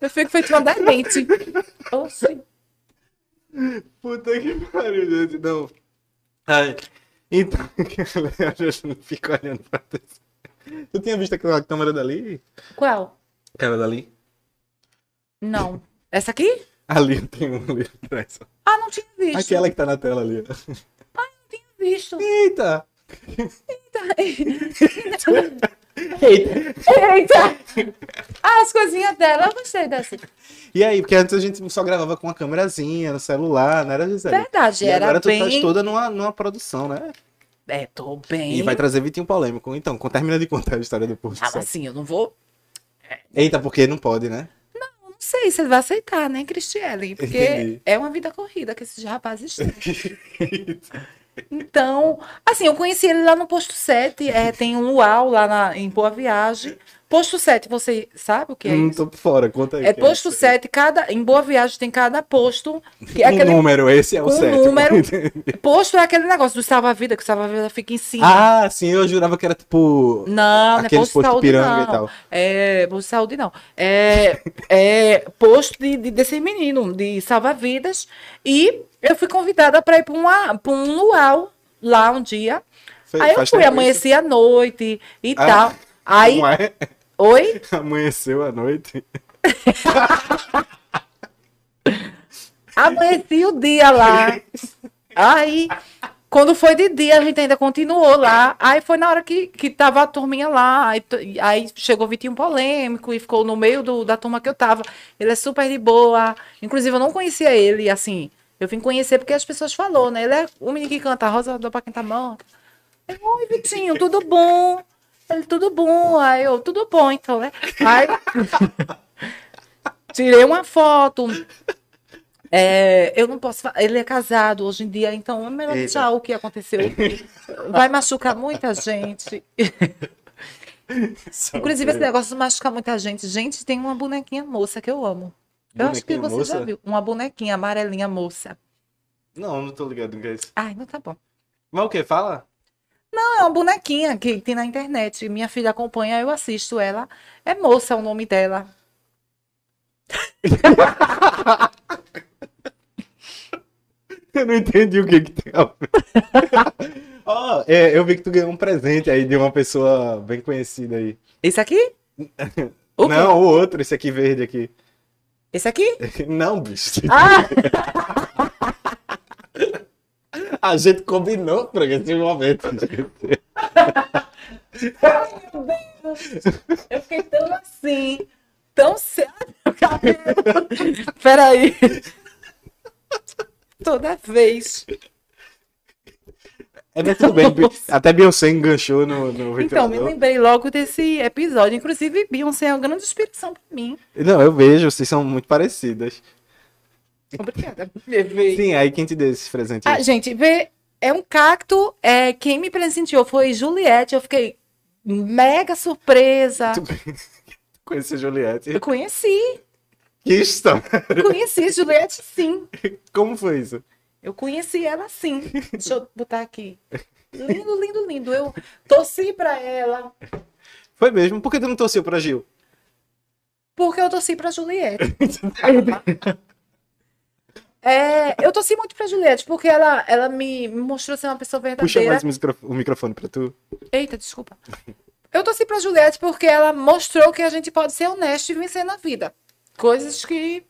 [SPEAKER 2] Eu fico feito uma demente. Oxi.
[SPEAKER 1] Puta que pariu, gente. Não. Ai. Então, galera, eu não fico olhando pra tu. Tu tinha visto aquela câmera dali?
[SPEAKER 2] Qual?
[SPEAKER 1] Câmera dali?
[SPEAKER 2] Não. Essa aqui?
[SPEAKER 1] Ali tem um ali atrás.
[SPEAKER 2] Ah, não tinha visto.
[SPEAKER 1] Aquela que tá na tela ali.
[SPEAKER 2] Visto.
[SPEAKER 1] Eita!
[SPEAKER 2] Eita! Ah, as coisinhas dela. Eu gostei dessa.
[SPEAKER 1] E aí, porque antes a gente só gravava com uma câmerazinha no celular, não era, Gisele?
[SPEAKER 2] Verdade,
[SPEAKER 1] E
[SPEAKER 2] era
[SPEAKER 1] agora tu
[SPEAKER 2] bem...
[SPEAKER 1] tá toda numa, numa produção, né?
[SPEAKER 2] É, tô bem...
[SPEAKER 1] E vai trazer Vitinho Polêmico. Então, con- termina de contar a história do posto.
[SPEAKER 2] Ah, mas assim, eu não vou...
[SPEAKER 1] Eita, porque não pode, né?
[SPEAKER 2] sei se ele vai aceitar, né, Cristiane? Porque
[SPEAKER 1] Entendi.
[SPEAKER 2] é uma vida corrida que esses rapazes têm. Então, assim, eu conheci ele lá no posto 7, é, tem um luau lá na- em Boa Viagem. Posto 7, você sabe o que é
[SPEAKER 1] Não
[SPEAKER 2] isso?
[SPEAKER 1] Hum, tô por fora, conta aí.
[SPEAKER 2] É
[SPEAKER 1] que eu não
[SPEAKER 2] posto
[SPEAKER 1] sei.
[SPEAKER 2] 7, cada, em Boa Viagem tem cada posto. Que é
[SPEAKER 1] Um
[SPEAKER 2] aquele
[SPEAKER 1] número, esse é o
[SPEAKER 2] um
[SPEAKER 1] sétimo.
[SPEAKER 2] número. posto é aquele negócio do salva-vida, que o salva-vida fica em cima.
[SPEAKER 1] Ah, sim, eu jurava que era tipo.
[SPEAKER 2] não, não é
[SPEAKER 1] aqueles postos
[SPEAKER 2] posto de
[SPEAKER 1] de
[SPEAKER 2] saúde,
[SPEAKER 1] piranga
[SPEAKER 2] não.
[SPEAKER 1] e tal.
[SPEAKER 2] É, posto de saúde não. É, é posto de, de, desse menino, de salva-vidas. E eu fui convidada para ir para um luau lá um dia.
[SPEAKER 1] Fe-
[SPEAKER 2] Aí eu
[SPEAKER 1] faz
[SPEAKER 2] fui,
[SPEAKER 1] tempo
[SPEAKER 2] amanheci à noite e
[SPEAKER 1] Ah.
[SPEAKER 2] tal.
[SPEAKER 1] isso?
[SPEAKER 2] Aí,
[SPEAKER 1] Não é?
[SPEAKER 2] oi?
[SPEAKER 1] Amanheceu à noite.
[SPEAKER 2] Amanheci o dia lá. Aí, quando foi de dia, a gente ainda continuou lá. Aí foi na hora que, que tava a turminha lá. Aí, t- aí chegou o Vitinho Polêmico e ficou no meio do, da turma que eu tava. Ele é super de boa. Inclusive, eu não conhecia ele, assim. Eu vim conhecer porque as pessoas falaram, né? Ele é o menino que canta Rosa do pra quem tá morta. Eu, Oi, Vitinho, tudo bom? Ele, tudo bom. Aí eu, tudo bom, então, né? Aí... Tirei uma foto. um É, eu não posso falar. Ele é casado hoje em dia, então é melhor
[SPEAKER 1] Eita.
[SPEAKER 2] deixar o que aconteceu. Vai machucar muita gente. Inclusive, esse negócio de machucar muita gente. Gente, tem uma bonequinha moça que eu amo. Eu acho que
[SPEAKER 1] Bonequinha
[SPEAKER 2] você já
[SPEAKER 1] moça?
[SPEAKER 2] viu. Uma bonequinha amarelinha moça.
[SPEAKER 1] Não, não tô ligado no que é isso.
[SPEAKER 2] Ai, não tá bom.
[SPEAKER 1] Mas o que? Fala?
[SPEAKER 2] Não, é uma bonequinha que tem na internet. Minha filha acompanha, eu assisto ela. É moça o nome dela.
[SPEAKER 1] Eu não entendi o que que tem a ver. Ó, é, eu vi que tu ganhou um presente aí de uma pessoa bem conhecida aí.
[SPEAKER 2] Esse aqui? O quê?
[SPEAKER 1] Não, o outro, esse aqui verde aqui.
[SPEAKER 2] Esse aqui?
[SPEAKER 1] Não, bicho.
[SPEAKER 2] Ah!
[SPEAKER 1] Ah! A gente combinou pra esse momento. gente.
[SPEAKER 2] Ai, meu Deus! Eu fiquei tão assim, tão certo meu cabelo. Peraí. Toda vez.
[SPEAKER 1] É, mas tudo bem. Bi- Até Beyoncé enganchou no, no
[SPEAKER 2] Então, me
[SPEAKER 1] ventilador.
[SPEAKER 2] lembrei logo desse episódio. Inclusive, Beyoncé é uma grande inspiração pra mim.
[SPEAKER 1] Não, eu vejo, vocês são muito parecidas.
[SPEAKER 2] Obrigada. bebê.
[SPEAKER 1] Sim, aí quem te deu esse presente?
[SPEAKER 2] Ah, gente, vê, é um cacto. É, quem me presenteou foi Juliette. Eu fiquei mega surpresa.
[SPEAKER 1] Tu conhece a Juliette?
[SPEAKER 2] Eu conheci,
[SPEAKER 1] Que história!
[SPEAKER 2] conheci Juliette sim.
[SPEAKER 1] Como foi isso?
[SPEAKER 2] Eu conheci ela sim. Deixa eu botar aqui. Lindo, lindo, lindo. Eu torci pra ela
[SPEAKER 1] Foi mesmo? Por que tu não torceu pra Gil?
[SPEAKER 2] porque eu torci pra Juliette. É, eu torci muito pra Juliette porque ela, ela me me mostrou ser uma pessoa
[SPEAKER 1] Puxa
[SPEAKER 2] verdadeira.
[SPEAKER 1] mais o micro- o microfone pra tu.
[SPEAKER 2] Eita, desculpa. Eu torci pra Juliette porque ela mostrou que a gente pode ser honesto e vencer na vida. Coisas que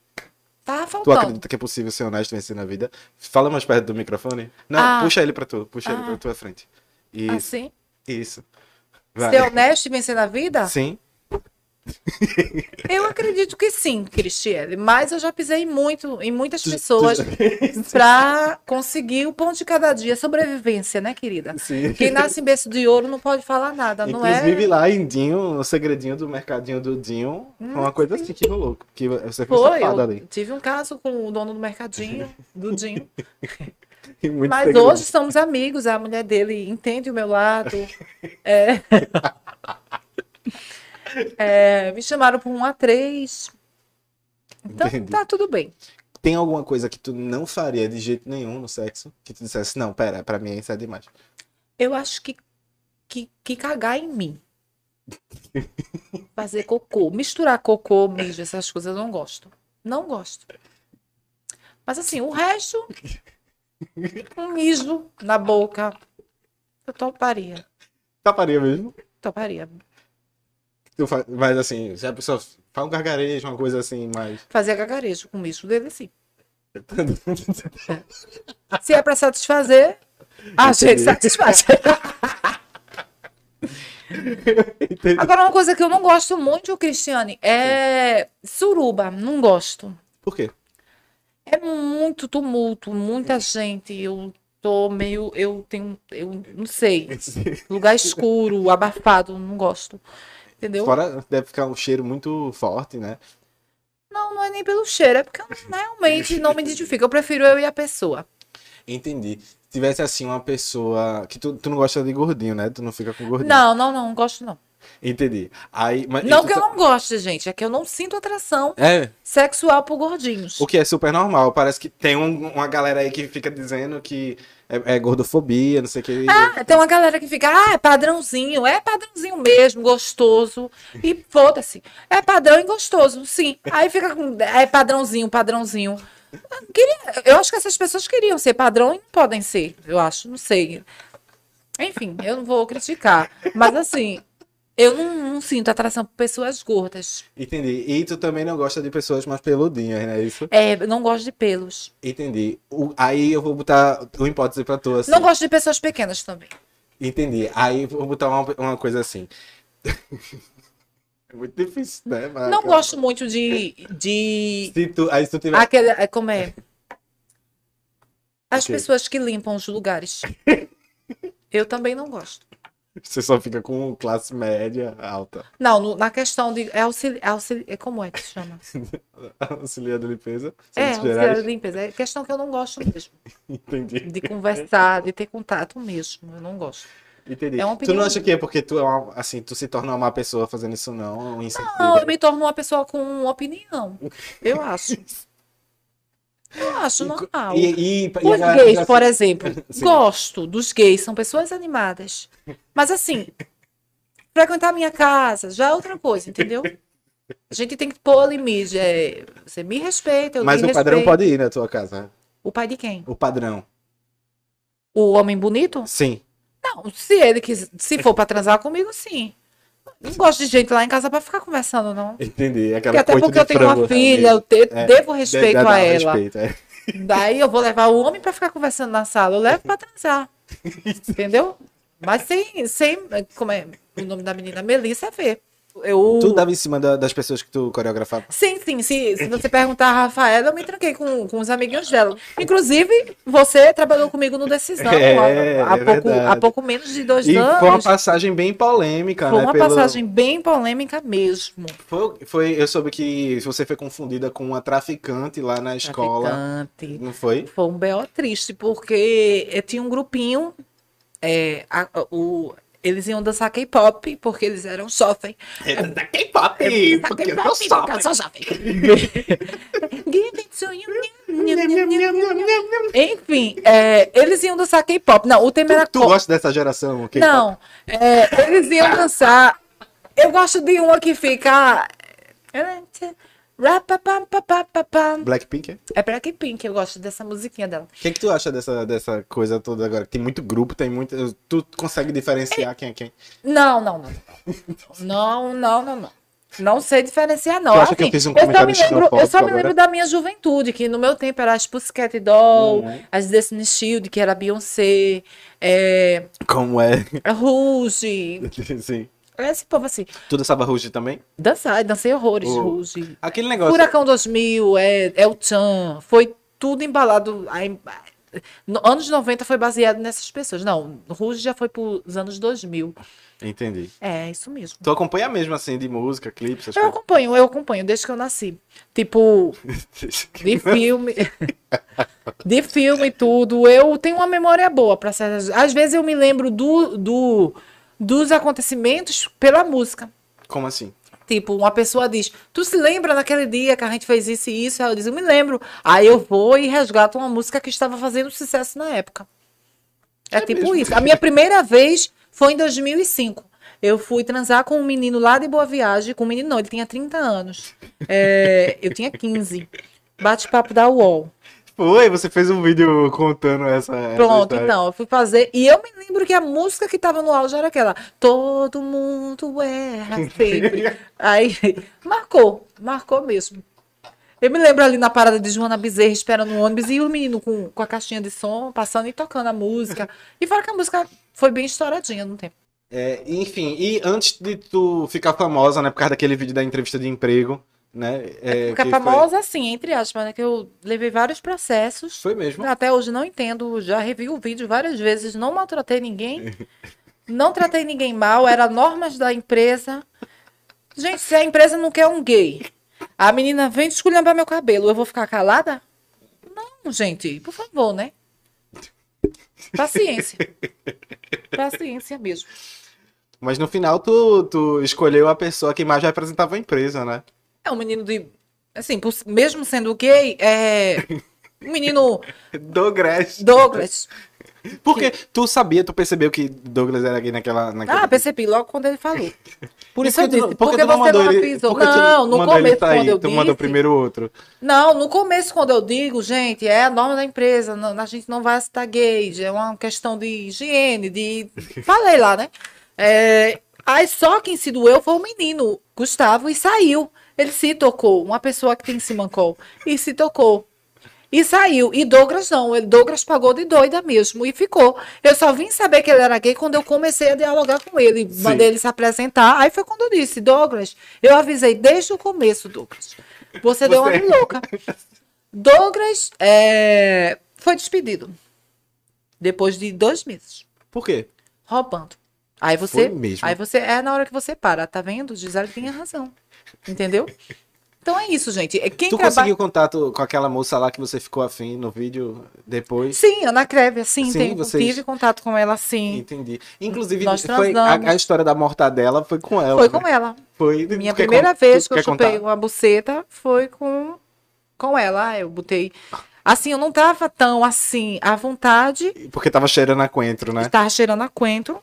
[SPEAKER 2] tá
[SPEAKER 1] Tu
[SPEAKER 2] faltando.
[SPEAKER 1] acredita que é possível ser honesto e vencer na vida? Fala mais perto do microfone. Não,
[SPEAKER 2] Ah.
[SPEAKER 1] puxa ele pra tu. Puxa ele
[SPEAKER 2] Ah.
[SPEAKER 1] pra tua frente. Isso,
[SPEAKER 2] Assim?
[SPEAKER 1] isso. Vai.
[SPEAKER 2] Ser honesto e vencer na vida?
[SPEAKER 1] Sim.
[SPEAKER 2] Eu acredito que sim, Cristiane, mas eu já pisei muito em muitas pessoas para conseguir o pão de cada dia, sobrevivência, né, querida?
[SPEAKER 1] Sim.
[SPEAKER 2] Quem nasce em berço de ouro não pode falar nada, não
[SPEAKER 1] Inclusive
[SPEAKER 2] é?
[SPEAKER 1] lá em Dinho, o segredinho do mercadinho do Dinho, uma coisa assim que rolou. Que você foi
[SPEAKER 2] Hum, Foi,
[SPEAKER 1] safada
[SPEAKER 2] eu
[SPEAKER 1] ali.
[SPEAKER 2] tive um caso com o dono do mercadinho, do Dinho,
[SPEAKER 1] Tem muito
[SPEAKER 2] mas
[SPEAKER 1] segredo.
[SPEAKER 2] hoje somos amigos, a mulher dele entende o meu lado. É. É, me chamaram para um A3. Então
[SPEAKER 1] Entendi.
[SPEAKER 2] tá tudo bem.
[SPEAKER 1] Tem alguma coisa que tu não faria de jeito nenhum no sexo? Que tu dissesse, não, pera, pra mim isso é demais.
[SPEAKER 2] Eu acho que, que, que cagar em mim. Fazer cocô. Misturar cocô, mijo, essas coisas eu não gosto. Não gosto. Mas assim, o resto. Um mijo na boca. Eu toparia.
[SPEAKER 1] Taparia mesmo?
[SPEAKER 2] Toparia.
[SPEAKER 1] Tu fa- Mas assim, se a pessoa faz um gargarejo, uma coisa assim, mas.
[SPEAKER 2] Fazer gagarejo com o mijo dele, sim. Se é pra satisfazer, a gente
[SPEAKER 1] Entendi.
[SPEAKER 2] satisfaz.
[SPEAKER 1] Entendi.
[SPEAKER 2] Agora, uma coisa que eu não gosto muito, Cristiane, é suruba. Não gosto.
[SPEAKER 1] Por quê?
[SPEAKER 2] É muito tumulto, muita gente. Eu tô meio. Eu tenho. Eu não sei. Lugar escuro, abafado, não gosto. Entendeu?
[SPEAKER 1] Fora deve ficar um cheiro muito forte, né?
[SPEAKER 2] Não, não é nem pelo cheiro, é porque eu realmente não me identifico. Eu prefiro eu e a pessoa.
[SPEAKER 1] Entendi. Se tivesse assim uma pessoa. Que tu, tu não gosta de gordinho, né? Tu não fica com gordinho.
[SPEAKER 2] Não, não, não, não gosto não.
[SPEAKER 1] Entendi. Aí, mas, e
[SPEAKER 2] Não
[SPEAKER 1] tu
[SPEAKER 2] que eu
[SPEAKER 1] tá-
[SPEAKER 2] não goste, gente, é que eu não sinto atração
[SPEAKER 1] É,
[SPEAKER 2] sexual por gordinhos.
[SPEAKER 1] o que é super normal. Parece que tem um- uma galera aí que fica dizendo que é, é gordofobia, não sei o que.
[SPEAKER 2] Ah, tem uma galera que fica, ah, é padrãozinho, é padrãozinho mesmo, gostoso. E foda-se. É padrão e gostoso, sim. Aí fica com, é padrãozinho, padrãozinho. Ah, Queria- eu acho que essas pessoas queriam ser padrão e não podem ser, eu acho, não sei. Enfim, eu não vou criticar. Mas assim, eu não, não sinto atração por pessoas gordas.
[SPEAKER 1] Entendi. E tu também não gosta de pessoas mais peludinhas, né? Isso?
[SPEAKER 2] É, eu não gosto de pelos.
[SPEAKER 1] Entendi. O- aí eu vou botar uma hipótese pra tu, assim.
[SPEAKER 2] Não gosto de pessoas pequenas também.
[SPEAKER 1] Entendi. Aí eu vou botar uma, uma coisa assim. é muito difícil, né? Mas-
[SPEAKER 2] Não gosto muito de, de
[SPEAKER 1] Se tu, aí se tu tiver...
[SPEAKER 2] Aquele, é, como é? As
[SPEAKER 1] Ok.
[SPEAKER 2] pessoas que limpam os lugares. Eu também não gosto.
[SPEAKER 1] Você só fica com classe média alta.
[SPEAKER 2] Não, no- na questão de. É auxili, auxili, é como é que se chama?
[SPEAKER 1] Auxiliar de limpeza.
[SPEAKER 2] É,
[SPEAKER 1] serviços
[SPEAKER 2] auxiliar de
[SPEAKER 1] gerais.
[SPEAKER 2] limpeza. É questão que eu não gosto mesmo.
[SPEAKER 1] Entendi.
[SPEAKER 2] De conversar, de ter contato mesmo. Eu não gosto.
[SPEAKER 1] Entendi.
[SPEAKER 2] É uma
[SPEAKER 1] tu não
[SPEAKER 2] opinião.
[SPEAKER 1] acha que é porque tu é uma- assim, tu se torna uma má pessoa fazendo isso, não? Um incentivo.
[SPEAKER 2] Não, eu me torno uma pessoa com opinião. Eu acho. Eu acho
[SPEAKER 1] E co-
[SPEAKER 2] normal.
[SPEAKER 1] E, e, e a
[SPEAKER 2] Os
[SPEAKER 1] galera
[SPEAKER 2] gays,
[SPEAKER 1] já-
[SPEAKER 2] por exemplo,
[SPEAKER 1] Sim.
[SPEAKER 2] gosto dos gays, são pessoas animadas. Mas assim, frequentar minha casa já é outra coisa, entendeu? A gente tem que pôr limite. é, você me respeita, eu
[SPEAKER 1] Mas
[SPEAKER 2] lhe
[SPEAKER 1] o padrão
[SPEAKER 2] respeito.
[SPEAKER 1] pode ir na tua casa. né?
[SPEAKER 2] O pai de quem?
[SPEAKER 1] O padrão.
[SPEAKER 2] O homem bonito?
[SPEAKER 1] Sim.
[SPEAKER 2] Não, se ele quis, se for pra transar comigo, sim. Não gosto de gente lá em casa pra ficar conversando, não.
[SPEAKER 1] Entendi.
[SPEAKER 2] Porque
[SPEAKER 1] Aquela
[SPEAKER 2] até
[SPEAKER 1] coito de
[SPEAKER 2] porque eu tenho uma
[SPEAKER 1] frango,
[SPEAKER 2] filha, eu
[SPEAKER 1] realmente.
[SPEAKER 2] te-
[SPEAKER 1] É,
[SPEAKER 2] devo respeito
[SPEAKER 1] Dá- dá-
[SPEAKER 2] a
[SPEAKER 1] dá
[SPEAKER 2] ela.
[SPEAKER 1] respeito, é.
[SPEAKER 2] Daí eu vou levar o homem pra ficar conversando na sala. Eu levo pra transar. Entendeu? Mas sem, sem. Como é o nome da menina? Melissa Vê. Eu.
[SPEAKER 1] Tu dava em cima da- das pessoas que tu coreografava.
[SPEAKER 2] Sim, sim. Se, se você perguntar a Rafaela, eu me tranquei com, com os amiguinhos dela. Inclusive, você trabalhou comigo no Decisão
[SPEAKER 1] É,
[SPEAKER 2] há- há,
[SPEAKER 1] é
[SPEAKER 2] pouco,
[SPEAKER 1] verdade.
[SPEAKER 2] há pouco menos de dois
[SPEAKER 1] E
[SPEAKER 2] anos.
[SPEAKER 1] foi uma passagem bem polêmica,
[SPEAKER 2] Foi
[SPEAKER 1] né?
[SPEAKER 2] uma
[SPEAKER 1] pelo-
[SPEAKER 2] passagem bem polêmica mesmo.
[SPEAKER 1] Foi, foi- eu soube que você foi confundida com uma traficante lá na escola.
[SPEAKER 2] Traficante.
[SPEAKER 1] Não foi?
[SPEAKER 2] Foi um BO triste, porque eu tinha um grupinho, é, a- a- o, eles iam dançar K-pop, porque eles eram jovem.
[SPEAKER 1] Da É, K-pop,
[SPEAKER 2] Porque eu sou jovem. Give it to you.
[SPEAKER 1] Tu,
[SPEAKER 2] Enfim, é, eles iam dançar K-pop. Não, o tema era...
[SPEAKER 1] tu
[SPEAKER 2] co-
[SPEAKER 1] gosta dessa geração? K-pop?
[SPEAKER 2] Não, é, eles iam dançar... Eu gosto de uma que fica... é, Rapapapapapam.
[SPEAKER 1] Blackpink? é?
[SPEAKER 2] É Blackpink, eu gosto dessa musiquinha dela.
[SPEAKER 1] O que, é que tu acha dessa, dessa coisa toda agora? Tem muito grupo, tem muito. Tu consegue diferenciar quem é quem?
[SPEAKER 2] Não, não, não. Não, não, não, não. Não sei diferenciar, não.
[SPEAKER 1] Tu acha que eu fiz um
[SPEAKER 2] só
[SPEAKER 1] comentário
[SPEAKER 2] me lembro, eu
[SPEAKER 1] xenofóbico
[SPEAKER 2] só me
[SPEAKER 1] agora?
[SPEAKER 2] lembro da minha juventude, que no meu tempo era as Pussycat Doll,
[SPEAKER 1] Uhum.
[SPEAKER 2] as Destiny Shield, que era Beyoncé, é,
[SPEAKER 1] Como é?
[SPEAKER 2] a Rouge,
[SPEAKER 1] Sim.
[SPEAKER 2] esse povo assim.
[SPEAKER 1] Tu dançava Ruge também?
[SPEAKER 2] Dançar, dancei horrores,
[SPEAKER 1] O-
[SPEAKER 2] Rouge.
[SPEAKER 1] Aquele negócio.
[SPEAKER 2] Furacão 2000, é, El Chan, foi tudo embalado. aí, no- anos 90 foi baseado nessas pessoas. Não, Rouge já foi pros anos 2000.
[SPEAKER 1] Entendi.
[SPEAKER 2] É, isso mesmo.
[SPEAKER 1] Tu acompanha mesmo assim de música, clipes, essas
[SPEAKER 2] Eu acompanho, eu acompanho desde que eu nasci. Tipo,
[SPEAKER 1] coisas.
[SPEAKER 2] de filme. de filme e tudo. Eu tenho uma memória boa para certas. Às vezes eu me lembro do, do- dos acontecimentos pela música.
[SPEAKER 1] Como assim?
[SPEAKER 2] Tipo, uma pessoa diz: Tu se lembra naquele dia que a gente fez isso e isso? Aí eu digo: Eu me lembro. Aí eu vou e resgato uma música que estava fazendo sucesso na época. É, tipo
[SPEAKER 1] mesmo?
[SPEAKER 2] isso. A minha primeira vez foi em 2005. Eu fui transar com um menino lá de Boa Viagem, com um menino não, ele tinha 30 anos. É, eu tinha 15. Bate-papo da UOL.
[SPEAKER 1] Foi, você fez um vídeo contando essa. essa
[SPEAKER 2] Pronto,
[SPEAKER 1] história.
[SPEAKER 2] então, eu fui fazer. E eu me lembro que a música que tava no auge era aquela. Todo mundo erra sempre. Aí, marcou, marcou mesmo. Eu me lembro ali na parada de Joana Bezerra esperando o ônibus e o menino com, com a caixinha de som passando e tocando a música. E fora que a música foi bem estouradinha no tempo.
[SPEAKER 1] É, enfim, e antes de tu ficar famosa, né, por causa daquele vídeo da entrevista de emprego, né? É,
[SPEAKER 2] Ficar
[SPEAKER 1] que
[SPEAKER 2] famosa assim, entre aspas, né? Que eu levei vários processos.
[SPEAKER 1] Foi, foi mesmo.
[SPEAKER 2] Até hoje não entendo, já revi o vídeo várias vezes, não maltratei ninguém, não tratei ninguém mal, era normas da empresa. Gente, se a empresa não quer um gay A menina vem desculhambar meu cabelo. Eu vou ficar calada? Não, gente. Por favor, né? Paciência. Paciência mesmo.
[SPEAKER 1] Mas no final tu, tu escolheu a pessoa que mais representava a empresa, né?
[SPEAKER 2] É um menino de. Assim, por- mesmo sendo gay, é. Um menino
[SPEAKER 1] Douglas.
[SPEAKER 2] Douglas.
[SPEAKER 1] Porque tu sabia, tu percebeu que Douglas era gay naquela. naquela...
[SPEAKER 2] Ah, percebi logo quando ele falou. Por isso
[SPEAKER 1] Porque tu
[SPEAKER 2] eu
[SPEAKER 1] não-
[SPEAKER 2] disse,
[SPEAKER 1] porque
[SPEAKER 2] porque,
[SPEAKER 1] tu não
[SPEAKER 2] você
[SPEAKER 1] mandou
[SPEAKER 2] não
[SPEAKER 1] ele-
[SPEAKER 2] avisou.
[SPEAKER 1] porque tu
[SPEAKER 2] Não, no
[SPEAKER 1] mandou ele
[SPEAKER 2] começo
[SPEAKER 1] tá aí,
[SPEAKER 2] quando eu
[SPEAKER 1] Tu mandou
[SPEAKER 2] disse.
[SPEAKER 1] primeiro outro.
[SPEAKER 2] Não, no começo, quando eu digo, gente, é a norma da empresa, não- a gente não vai citar gays, é uma questão de higiene, de. Falei lá, né? É, aí só quem se doeu foi o menino, Gustavo, e saiu. Ele se tocou, uma pessoa que tem Simancol, e se tocou. E saiu. E Douglas não, ele, Douglas pagou de doida mesmo e ficou. Eu só vim saber que ele era gay quando eu comecei a dialogar com ele,
[SPEAKER 1] Sim.
[SPEAKER 2] mandei ele se apresentar. Aí foi quando eu disse, Douglas, eu avisei desde o começo, Douglas. Você deu uma
[SPEAKER 1] Você-
[SPEAKER 2] louca. Douglas é, foi despedido. Depois de dois meses.
[SPEAKER 1] Por quê?
[SPEAKER 2] Roubando. Aí você.
[SPEAKER 1] Foi mesmo.
[SPEAKER 2] Aí você. É na hora que você para, tá vendo? Gisele tinha razão. Entendeu? Então é isso, gente. É Quem
[SPEAKER 1] tu
[SPEAKER 2] trabalha.
[SPEAKER 1] conseguiu contato com aquela moça lá que você ficou afim no vídeo depois?
[SPEAKER 2] Sim, Ana Creve, sim,
[SPEAKER 1] Sim,
[SPEAKER 2] tem-
[SPEAKER 1] vocês-
[SPEAKER 2] tive contato com ela, sim.
[SPEAKER 1] Entendi. Inclusive,
[SPEAKER 2] Nós
[SPEAKER 1] foi
[SPEAKER 2] transamos.
[SPEAKER 1] a, a história da mortadela foi com ela.
[SPEAKER 2] foi
[SPEAKER 1] né?
[SPEAKER 2] com ela.
[SPEAKER 1] Foi.
[SPEAKER 2] Minha
[SPEAKER 1] Tu quer
[SPEAKER 2] primeira
[SPEAKER 1] con-
[SPEAKER 2] vez
[SPEAKER 1] tu
[SPEAKER 2] que eu
[SPEAKER 1] quer
[SPEAKER 2] chupei
[SPEAKER 1] contar?
[SPEAKER 2] uma buceta foi com, com ela. Ah, Eu botei. Assim, eu não tava tão assim à vontade.
[SPEAKER 1] Porque tava cheirando a coentro, né?
[SPEAKER 2] Tava cheirando a coentro.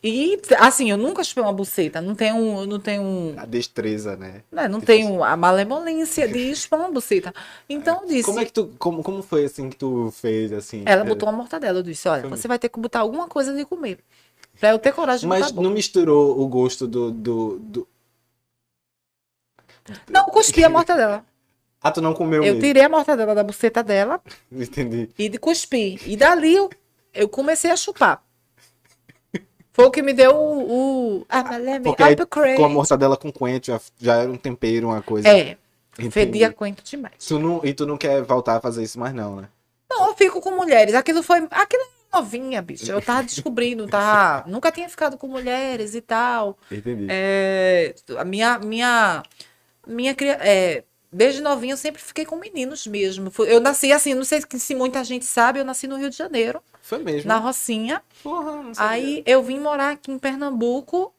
[SPEAKER 2] E, assim, eu nunca chupei uma buceta. Não tenho. Não tenho.
[SPEAKER 1] A Ah, destreza, né?
[SPEAKER 2] né, Não
[SPEAKER 1] Difícil.
[SPEAKER 2] tenho a malemolência de chupar uma buceta. Então, eu disse.
[SPEAKER 1] Como é que tu. Como, como foi assim que tu fez assim?
[SPEAKER 2] Ela botou uma mortadela. Eu disse: olha,
[SPEAKER 1] Foi
[SPEAKER 2] você vai ter que botar alguma coisa de comer. Pra eu ter coragem de
[SPEAKER 1] Mas
[SPEAKER 2] botar. a boca.
[SPEAKER 1] não misturou o gosto do. do, do...
[SPEAKER 2] Não, eu cuspi a mortadela.
[SPEAKER 1] Ah, tu não comeu
[SPEAKER 2] Eu
[SPEAKER 1] mesmo.
[SPEAKER 2] tirei a mortadela da buceta dela
[SPEAKER 1] Entendi.
[SPEAKER 2] e de cuspi. E dali eu, eu comecei a chupar. Foi o que me deu o. o a maleme,
[SPEAKER 1] Ah, Porque aí
[SPEAKER 2] upgrade.
[SPEAKER 1] Com a mortadela com coentro já, já era um tempero, uma coisa.
[SPEAKER 2] É,
[SPEAKER 1] Entendi.
[SPEAKER 2] fedia coentro demais.
[SPEAKER 1] Tu não, e tu não quer voltar a fazer isso mais, não, né?
[SPEAKER 2] Não, eu fico com mulheres. Aquilo foi. Aquilo é novinha, bicho. Eu tava descobrindo, tá? Nunca tinha ficado com mulheres e tal.
[SPEAKER 1] Entendi.
[SPEAKER 2] É, a minha, minha, minha cria- é, desde novinha eu sempre fiquei com meninos mesmo. Fui- Eu nasci assim, não sei se muita gente sabe, eu nasci no Rio de Janeiro,
[SPEAKER 1] Foi mesmo.
[SPEAKER 2] na Rocinha.
[SPEAKER 1] Porra, não sabia.
[SPEAKER 2] Aí eu vim morar aqui em Pernambuco.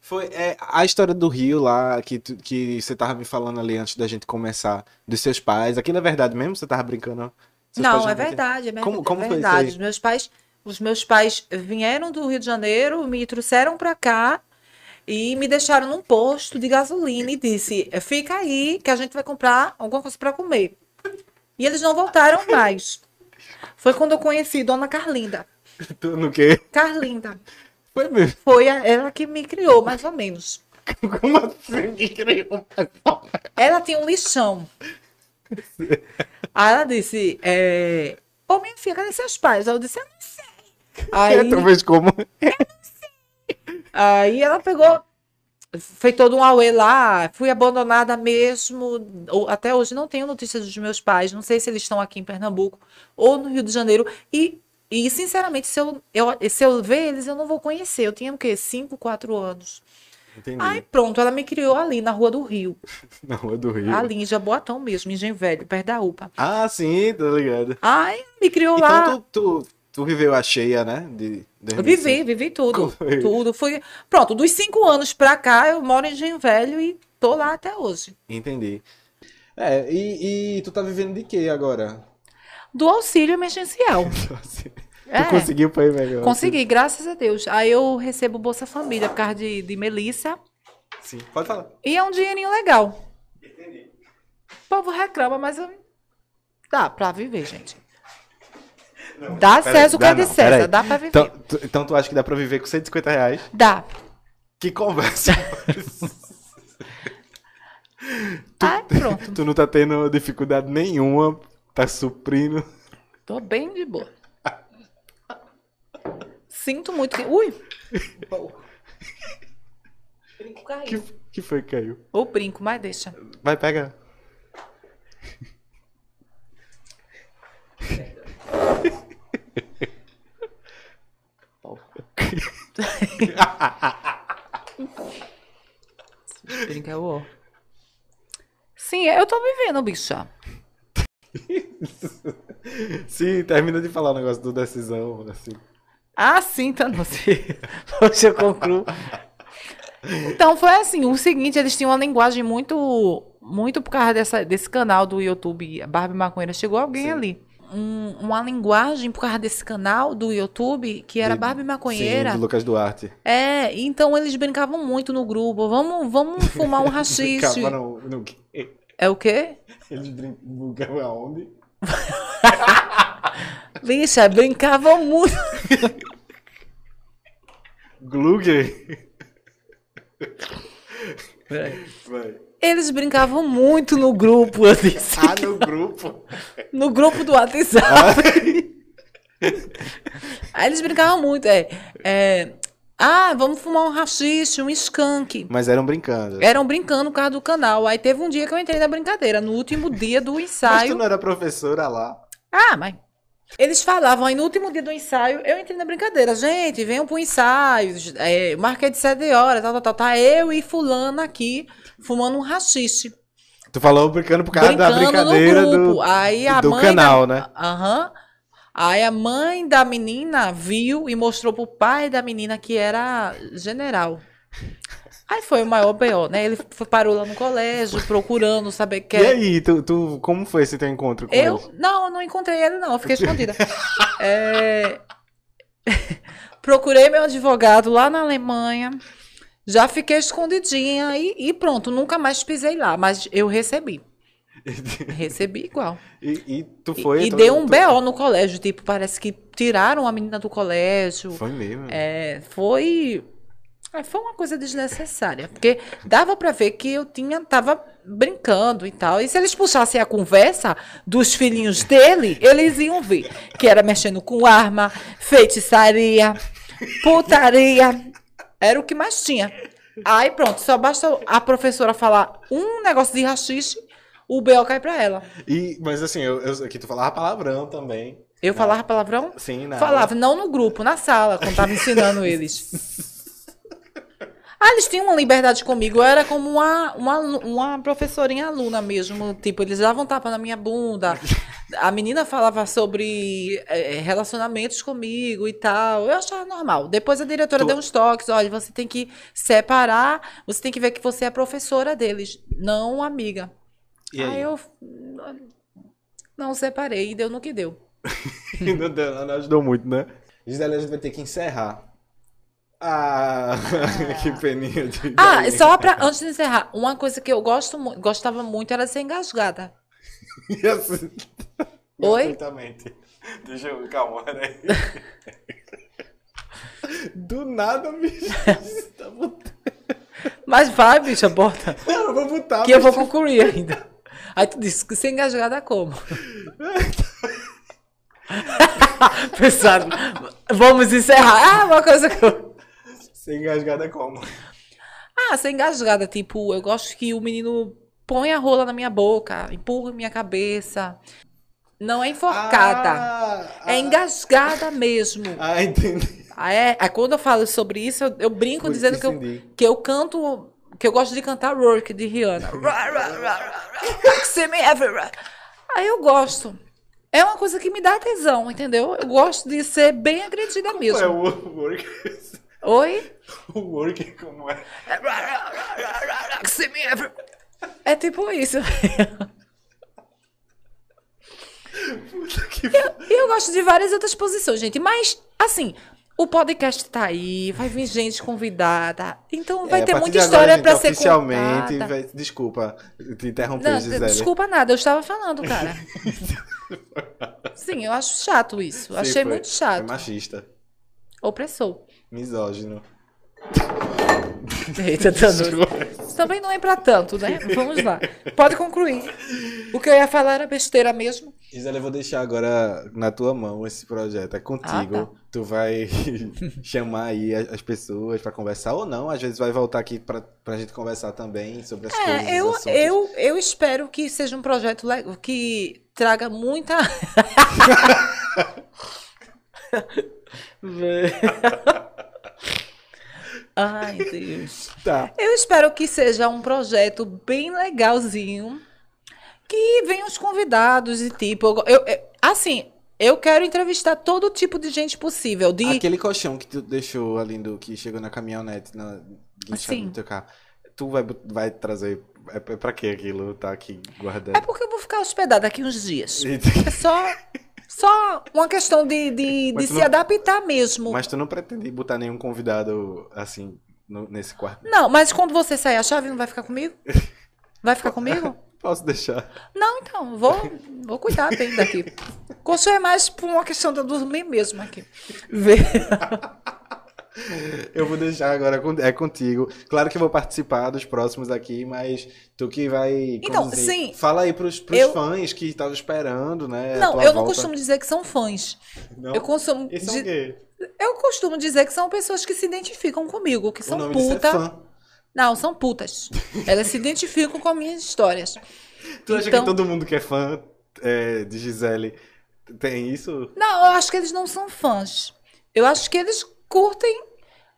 [SPEAKER 1] Foi é, a história do Rio lá, que, tu- que você tava me falando ali antes da gente começar, dos seus pais. Aquilo é verdade mesmo? Você tava brincando? não? Seus pais
[SPEAKER 2] Não,
[SPEAKER 1] já
[SPEAKER 2] é
[SPEAKER 1] não têm-
[SPEAKER 2] verdade, é
[SPEAKER 1] Como-
[SPEAKER 2] ver-
[SPEAKER 1] como
[SPEAKER 2] é
[SPEAKER 1] foi isso
[SPEAKER 2] verdade.
[SPEAKER 1] aí?
[SPEAKER 2] Os meus pais, os meus pais vieram do Rio de Janeiro, me trouxeram para cá e me deixaram num posto de gasolina e disse: "Fica aí que a gente vai comprar alguma coisa para comer". E eles não voltaram mais. Foi quando eu conheci Dona Carlinda.
[SPEAKER 1] Tu no quê?
[SPEAKER 2] Carlinda
[SPEAKER 1] Foi mesmo.
[SPEAKER 2] foi a- ela que me criou, mais ou menos.
[SPEAKER 1] Como assim? Que criou?
[SPEAKER 2] Ela tinha um lixão. Aí ela disse: é... Ô, minha filha, cadê seus pais? Eu disse: Eu não sei. Aí,
[SPEAKER 1] Tu fez É como?
[SPEAKER 2] aí ela pegou, fez todo um auê lá. Fui abandonada mesmo. Ou- Até hoje não tenho notícias dos meus pais. Não sei se eles estão aqui em Pernambuco ou no Rio de Janeiro. E, e sinceramente, se eu, eu- se eu ver eles, eu não vou conhecer. Eu tinha o quê? 5, 4 anos.
[SPEAKER 1] Entendi.
[SPEAKER 2] Aí pronto, ela me criou ali na Rua do Rio.
[SPEAKER 1] Na rua do Rio.
[SPEAKER 2] Ali em Jaboatão mesmo, em Engenho Velho, perto da UPA.
[SPEAKER 1] Ah, sim, tá ligado.
[SPEAKER 2] Ai, me criou lá.
[SPEAKER 1] Então tu, tu, tu viveu a cheia, né? De,
[SPEAKER 2] Eu
[SPEAKER 1] 2005.
[SPEAKER 2] vivi, vivi tudo.
[SPEAKER 1] Como é?
[SPEAKER 2] Tudo. Fui... Pronto, dos cinco anos pra cá, eu moro em Engenho Velho e tô lá até hoje.
[SPEAKER 1] Entendi. É, e, e tu tá vivendo de quê agora?
[SPEAKER 2] Do auxílio emergencial. É.
[SPEAKER 1] Tu conseguiu pra ir melhor?
[SPEAKER 2] Consegui, graças a Deus. Aí eu recebo Bolsa Família por causa de, de Melissa.
[SPEAKER 1] Sim, pode falar.
[SPEAKER 2] E é um dinheirinho legal. O povo reclama, mas eu... dá pra viver, gente. dá
[SPEAKER 1] peraí,
[SPEAKER 2] César o que
[SPEAKER 1] dá
[SPEAKER 2] é de
[SPEAKER 1] não,
[SPEAKER 2] César,
[SPEAKER 1] peraí.
[SPEAKER 2] dá pra viver.
[SPEAKER 1] Então tu, então tu acha que dá pra viver com 150 reais?
[SPEAKER 2] Dá.
[SPEAKER 1] Que conversa!
[SPEAKER 2] Ai, pronto.
[SPEAKER 1] tu não tá tendo dificuldade nenhuma, tá suprindo.
[SPEAKER 2] Tô bem de boa. Sinto muito que. Ui! O brinco
[SPEAKER 1] Que,
[SPEAKER 2] caiu.
[SPEAKER 1] que foi que caiu?
[SPEAKER 2] Ou brinco, mas deixa.
[SPEAKER 1] Vai, pega.
[SPEAKER 2] Brinca é o ó. Sim, eu tô vivendo, bicha.
[SPEAKER 1] Sim, termina de falar o negócio do decisão, assim.
[SPEAKER 2] Ah, sim, tá não sei. Hoje eu concluo. Então foi assim, o seguinte, eles tinham uma linguagem muito, muito por causa dessa, desse canal do YouTube, Barbie Maconheira, chegou alguém
[SPEAKER 1] Sim.
[SPEAKER 2] ali. Um- uma linguagem por causa desse canal do YouTube, que era
[SPEAKER 1] De-
[SPEAKER 2] Barbie Maconheira.
[SPEAKER 1] Sim, do Lucas Duarte.
[SPEAKER 2] É, então eles brincavam muito no grupo. Vamos, vamos fumar um rachixe.
[SPEAKER 1] Brincava no, no... quê?
[SPEAKER 2] É o quê?
[SPEAKER 1] Eles brin- brincavam aonde?
[SPEAKER 2] Bicha, é, brincavam muito.
[SPEAKER 1] Glugger. Vai.
[SPEAKER 2] Eles brincavam muito no grupo, eu disse.
[SPEAKER 1] Ah, no grupo.
[SPEAKER 2] No grupo do WhatsApp. Aí eles brincavam muito, é, é, Ah, vamos fumar um rachixe, um skunk.
[SPEAKER 1] Mas eram brincando.
[SPEAKER 2] Eram brincando por causa do canal. Aí teve um dia que eu entrei na brincadeira, no último dia do
[SPEAKER 1] Mas tu
[SPEAKER 2] ensaio.
[SPEAKER 1] não era professora lá.
[SPEAKER 2] Ah, mas. Eles falavam, aí no último dia do ensaio, eu entrei na brincadeira. Gente, venham pro ensaio. É, marquei de sete horas, tal, tal, tal. Tá eu e fulano aqui, fumando um rachixe.
[SPEAKER 1] Tu falou brincando por causa da
[SPEAKER 2] brincando no
[SPEAKER 1] brincadeira
[SPEAKER 2] grupo.
[SPEAKER 1] do,
[SPEAKER 2] aí a
[SPEAKER 1] do
[SPEAKER 2] mãe
[SPEAKER 1] canal, né?
[SPEAKER 2] da... Aham. Aí a mãe da menina viu e mostrou pro pai da menina que era general. Aí foi o maior BO, né? Ele foi- parou lá no colégio, procurando saber que
[SPEAKER 1] E aí, tu, tu- como foi esse teu encontro com
[SPEAKER 2] eu?
[SPEAKER 1] ele?
[SPEAKER 2] Não, eu não encontrei ele, não. Eu fiquei escondida. É, Procurei meu advogado lá na Alemanha. Já fiquei escondidinha e, e pronto, nunca mais pisei lá, mas eu recebi. Recebi igual.
[SPEAKER 1] E, e tu
[SPEAKER 2] E-
[SPEAKER 1] foi. então,
[SPEAKER 2] e
[SPEAKER 1] tu-
[SPEAKER 2] deu um
[SPEAKER 1] tu-
[SPEAKER 2] BO no colégio, tipo, parece que tiraram a menina do colégio.
[SPEAKER 1] Foi mesmo.
[SPEAKER 2] É, foi. é, Foi uma coisa desnecessária, porque dava pra ver que eu tinha, tava brincando e tal. E se eles puxassem a conversa dos filhinhos dele, eles iam ver que era mexendo com arma, feitiçaria, putaria. Era o que mais tinha. Aí pronto, só basta a professora falar um negócio de rachixe, o B.O. cai pra ela.
[SPEAKER 1] E, mas assim, eu, eu, que tu falava palavrão também.
[SPEAKER 2] Eu
[SPEAKER 1] Não.
[SPEAKER 2] falava palavrão?
[SPEAKER 1] Sim, né? na
[SPEAKER 2] Falava, não no grupo, na sala, quando tava ensinando eles. Ah, eles tinham uma liberdade comigo. Eu era como uma, uma, alu- uma professorinha aluna mesmo. Tipo, eles davam tapa na minha bunda. A menina falava sobre eh, relacionamentos comigo e tal. Eu achava normal. Depois a diretora
[SPEAKER 1] Tu-
[SPEAKER 2] deu uns toques. Olha, você tem que separar. Você tem que ver que você é a professora deles, não amiga.
[SPEAKER 1] E aí?
[SPEAKER 2] Ah, eu não separei e deu no que deu.
[SPEAKER 1] Não, deu- não ajudou muito, né? Gisele, a gente vai ter que encerrar. Ah, que peninha de.
[SPEAKER 2] Ah,
[SPEAKER 1] galinha.
[SPEAKER 2] só pra, antes de encerrar, uma coisa que eu gosto, mu- gostava muito era de ser engasgada.
[SPEAKER 1] Isso.
[SPEAKER 2] Oi?
[SPEAKER 1] Gratuitamente. Deixa eu. Calma, peraí. Do nada, bicho. Tá botando.
[SPEAKER 2] Mas vai, bicha, bota,
[SPEAKER 1] Não, eu vou botar.
[SPEAKER 2] que eu vou concluir ainda. Aí tu disse que ser engasgada como? Pensaram, vamos encerrar. Ah, uma coisa que eu...
[SPEAKER 1] Sem engasgada como?
[SPEAKER 2] Ah, ser engasgada, tipo, eu gosto que o menino põe a rola na minha boca, empurra minha cabeça. Não é enforcada,
[SPEAKER 1] Ah,
[SPEAKER 2] é engasgada mesmo.
[SPEAKER 1] Ah, entendi.
[SPEAKER 2] Ah, é? Ah, quando eu falo sobre isso, eu, eu brinco
[SPEAKER 1] Por
[SPEAKER 2] dizendo
[SPEAKER 1] isso
[SPEAKER 2] que eu,
[SPEAKER 1] entendi.
[SPEAKER 2] que eu canto. Que eu gosto de cantar Rourke de Rihanna. Ra, ra, ra, ra, ra, see me everywhere. Aí eu gosto. É uma coisa que me dá tesão, entendeu? Eu gosto de ser bem agredida
[SPEAKER 1] É
[SPEAKER 2] mesmo.
[SPEAKER 1] o work.
[SPEAKER 2] Oi?
[SPEAKER 1] O work como é?
[SPEAKER 2] Ra, ra, ra, ra, ra, ra, see me everywhere. É tipo isso.
[SPEAKER 1] Puta que
[SPEAKER 2] E eu gosto de várias outras posições, gente. Mas, assim, o podcast tá aí, vai vir gente convidada. Então vai
[SPEAKER 1] É, a
[SPEAKER 2] ter
[SPEAKER 1] partir
[SPEAKER 2] muita
[SPEAKER 1] de agora,
[SPEAKER 2] história
[SPEAKER 1] gente,
[SPEAKER 2] pra ser
[SPEAKER 1] oficialmente,
[SPEAKER 2] contada.
[SPEAKER 1] vai- Desculpa te interromper,
[SPEAKER 2] Não,
[SPEAKER 1] Gisele.
[SPEAKER 2] desculpa nada, eu estava falando, cara. Sim, eu acho chato isso.
[SPEAKER 1] Sim,
[SPEAKER 2] Achei
[SPEAKER 1] foi-
[SPEAKER 2] muito
[SPEAKER 1] Foi
[SPEAKER 2] chato.
[SPEAKER 1] machista,
[SPEAKER 2] Opressor.
[SPEAKER 1] misógino.
[SPEAKER 2] Eita, Tanuri. Também não é pra tanto, né? Vamos lá. Pode concluir. O que eu ia falar era besteira mesmo.
[SPEAKER 1] Gisele, eu vou deixar agora na tua mão esse projeto. É contigo.
[SPEAKER 2] Ah,
[SPEAKER 1] Tu vai chamar aí as as pessoas pra conversar ou não. Às vezes vai voltar aqui pra, pra gente conversar também sobre as coisas.
[SPEAKER 2] É, eu,
[SPEAKER 1] os assuntos.
[SPEAKER 2] eu, eu espero que seja um projeto legal, que traga muita. Ai, Deus.
[SPEAKER 1] Tá. Tá.
[SPEAKER 2] Eu espero que seja um projeto bem legalzinho, que venham os convidados e tipo, eu, eu- assim, eu quero entrevistar todo tipo de gente possível, de
[SPEAKER 1] Aquele colchão que tu deixou ali do que chegou na caminhonete, na guinchada
[SPEAKER 2] Sim.
[SPEAKER 1] no teu carro. Tu vai, bot- vai trazer. É pra é pra que aquilo tá aqui guardando?
[SPEAKER 2] É porque eu vou ficar hospedada aqui uns dias.
[SPEAKER 1] E-
[SPEAKER 2] É só só uma questão de, de, de
[SPEAKER 1] Mas tu
[SPEAKER 2] se
[SPEAKER 1] não-
[SPEAKER 2] adaptar mesmo.
[SPEAKER 1] Mas tu não pretende botar nenhum convidado assim no- nesse quarto?
[SPEAKER 2] Não, mas quando você sair a chave, não vai ficar comigo? Vai ficar comigo?
[SPEAKER 1] Posso deixar?
[SPEAKER 2] Não, então, vou, vou cuidar bem daqui. Colchão é mais por uma questão de eu dormir mesmo aqui. Vê-
[SPEAKER 1] Eu vou deixar agora con- é contigo. Claro que eu vou participar dos próximos aqui, mas tu que vai
[SPEAKER 2] Então,
[SPEAKER 1] conduzir.
[SPEAKER 2] sim.
[SPEAKER 1] Fala aí pros, pros
[SPEAKER 2] Eu-
[SPEAKER 1] fãs que estavam esperando, né? a
[SPEAKER 2] Não,
[SPEAKER 1] tua
[SPEAKER 2] eu não
[SPEAKER 1] volta.
[SPEAKER 2] costumo dizer que são fãs.
[SPEAKER 1] Não?
[SPEAKER 2] Eu, consumo,
[SPEAKER 1] Esse é o
[SPEAKER 2] di-
[SPEAKER 1] quê?
[SPEAKER 2] eu costumo dizer que são pessoas que se identificam comigo, que
[SPEAKER 1] o
[SPEAKER 2] são
[SPEAKER 1] nome disso é
[SPEAKER 2] puta.
[SPEAKER 1] fã.
[SPEAKER 2] Não, são putas. Elas se identificam com as minhas histórias.
[SPEAKER 1] Tu acha
[SPEAKER 2] Então-
[SPEAKER 1] que todo mundo que é fã é, de Gisele tem isso?
[SPEAKER 2] Não, eu acho que eles não são fãs. Eu acho que eles curtem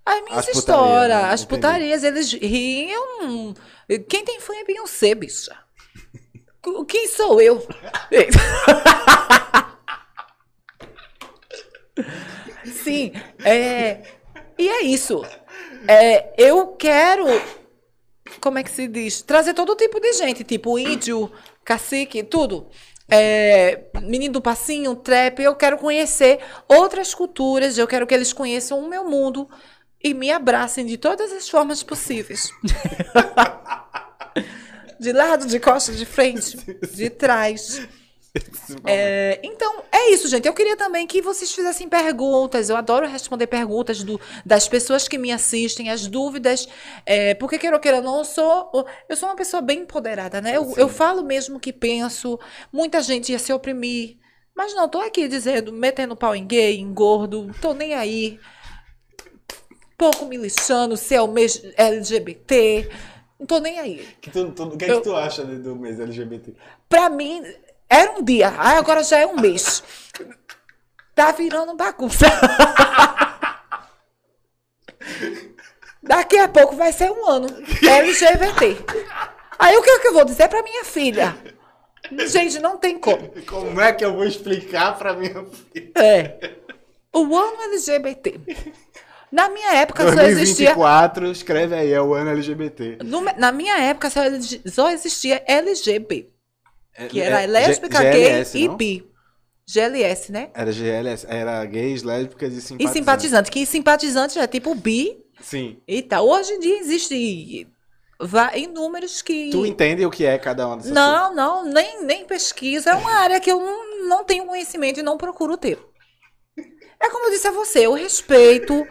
[SPEAKER 2] as minhas
[SPEAKER 1] As putarias,
[SPEAKER 2] histórias,
[SPEAKER 1] né?
[SPEAKER 2] as
[SPEAKER 1] Entendi.
[SPEAKER 2] putarias. Eles riam. Quem tem fã é Beyoncé, bicha. Qu- Quem sou eu? Sim, é, e é isso. É, eu quero, como é que se diz? Trazer todo tipo de gente, tipo índio, cacique, tudo. É, menino do passinho, trap. Eu quero conhecer outras culturas, eu quero que eles conheçam o meu mundo e me abracem de todas as formas possíveis. De lado, de costas, de frente, de trás. É, então, é isso, gente. Eu queria também que vocês fizessem perguntas. Eu adoro responder perguntas do- das pessoas que me assistem, as dúvidas. É, porque, queira ou queira, não eu sou. Eu sou uma pessoa bem empoderada, né? Eu, eu falo mesmo o que penso. Muita gente ia se oprimir. Mas não, tô aqui dizendo, metendo pau em gay, em gordo, tô nem aí. Pouco me lixando se é o mesmo LGBT. Não tô nem aí.
[SPEAKER 1] Que tu- tu- o que é
[SPEAKER 2] Eu-
[SPEAKER 1] que tu acha de- do mês LGBT?
[SPEAKER 2] Pra mim, era um dia, aí agora já é um mês. Tá virando bagunça. Daqui a pouco vai ser um ano. LGBT. Aí o que, é que eu vou dizer pra minha filha? Gente, não tem como.
[SPEAKER 1] Como é que eu vou explicar pra minha filha?
[SPEAKER 2] É. O ano LGBT. Na minha época só existia
[SPEAKER 1] 2024, escreve aí, é o ano LGBT.
[SPEAKER 2] No me- na minha época, só, LG só existia LGB, que era
[SPEAKER 1] É- é-
[SPEAKER 2] lésbica,
[SPEAKER 1] G-
[SPEAKER 2] gay
[SPEAKER 1] GLS,
[SPEAKER 2] e
[SPEAKER 1] não?
[SPEAKER 2] bi. GLS, né?
[SPEAKER 1] Era GLS, era gays, lésbicas e
[SPEAKER 2] E
[SPEAKER 1] simpatizantes.
[SPEAKER 2] simpatizante, que simpatizante é tipo bi
[SPEAKER 1] Sim.
[SPEAKER 2] e tal. Hoje em dia existe va- inúmeros que.
[SPEAKER 1] Tu entende o que é cada uma dessas coisas?
[SPEAKER 2] Não, não, nem, nem pesquisa. É uma área que eu não, não tenho conhecimento e não procuro ter. É como eu disse a você, eu respeito,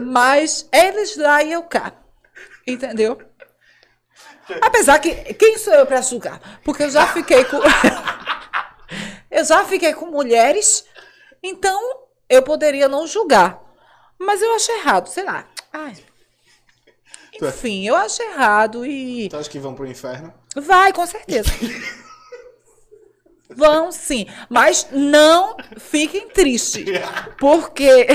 [SPEAKER 2] mas eles lá e eu cá. Entendeu? Apesar que, quem sou eu para julgar? Porque eu já fiquei com. eu já fiquei com mulheres, então eu poderia não julgar. Mas eu acho errado, sei lá. Ai.
[SPEAKER 1] Tu é-
[SPEAKER 2] Enfim, eu acho errado e.
[SPEAKER 1] Tu acha que vão pro inferno?
[SPEAKER 2] Vai, com certeza. Vão sim, mas não fiquem tristes, porque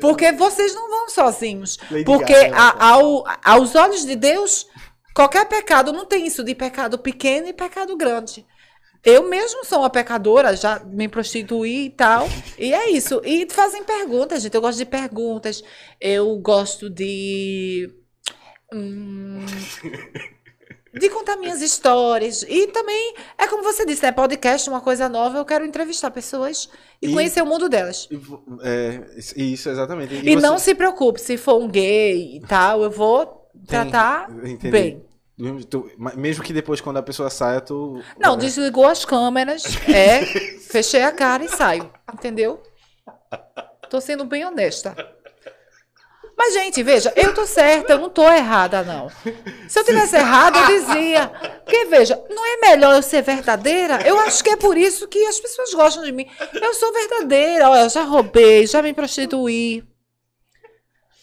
[SPEAKER 2] porque vocês não vão sozinhos.
[SPEAKER 1] Lady
[SPEAKER 2] porque
[SPEAKER 1] Gaga,
[SPEAKER 2] a-
[SPEAKER 1] né?
[SPEAKER 2] ao- aos olhos de Deus, qualquer pecado não tem isso de pecado pequeno e pecado grande. Eu mesmo sou uma pecadora, já me prostituí e tal. E é isso. E fazem perguntas, gente. Eu gosto de perguntas. Eu gosto de. hum, de contar minhas histórias. E também, é como você disse, né? Podcast, uma coisa nova. Eu quero entrevistar pessoas e,
[SPEAKER 1] E-
[SPEAKER 2] conhecer o mundo delas.
[SPEAKER 1] E vo- É, isso- isso, exatamente.
[SPEAKER 2] E, não se preocupe, se for um gay e tal, eu vou tratar
[SPEAKER 1] Entendi.
[SPEAKER 2] bem.
[SPEAKER 1] Mesmo- tu- ma- mesmo que depois, quando a pessoa saia, tu.
[SPEAKER 2] Não, desligou as câmeras, é, fechei a cara e saio, entendeu? Tô sendo bem honesta. Mas, gente, veja, eu tô certa, eu não tô errada, não. Se eu tivesse errado, eu dizia. Porque, veja, não é melhor eu ser verdadeira? Eu acho que é por isso que as pessoas gostam de mim. Eu sou verdadeira, olha, eu já roubei, já me prostituí.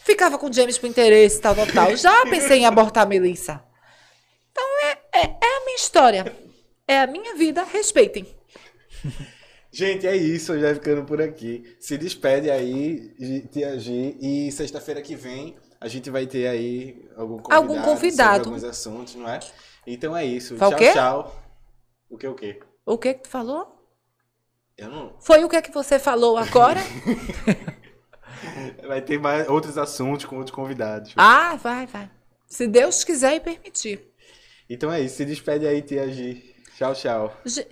[SPEAKER 2] Ficava com James por interesse, tal, tal, tal. Já pensei em abortar a Melissa. Então, é, é, é a minha história. É a minha vida, respeitem.
[SPEAKER 1] Gente, é isso. Já ficando por aqui. Se despede aí, Gi- Tia G. E sexta-feira que vem a gente vai ter aí algum convidado.
[SPEAKER 2] Algum
[SPEAKER 1] sobre
[SPEAKER 2] convidado.
[SPEAKER 1] alguns assuntos, não é? Então é isso.
[SPEAKER 2] Fala o
[SPEAKER 1] tchau,
[SPEAKER 2] quê?
[SPEAKER 1] tchau. O que, o que?
[SPEAKER 2] O que que tu falou?
[SPEAKER 1] Eu não...
[SPEAKER 2] Foi o que que você falou agora?
[SPEAKER 1] Vai ter mais outros assuntos com outros convidados.
[SPEAKER 2] ah, vai, vai. Se Deus quiser e permitir.
[SPEAKER 1] Então é isso. Se despede aí, Tia Gi. Tchau, tchau.
[SPEAKER 2] Ge-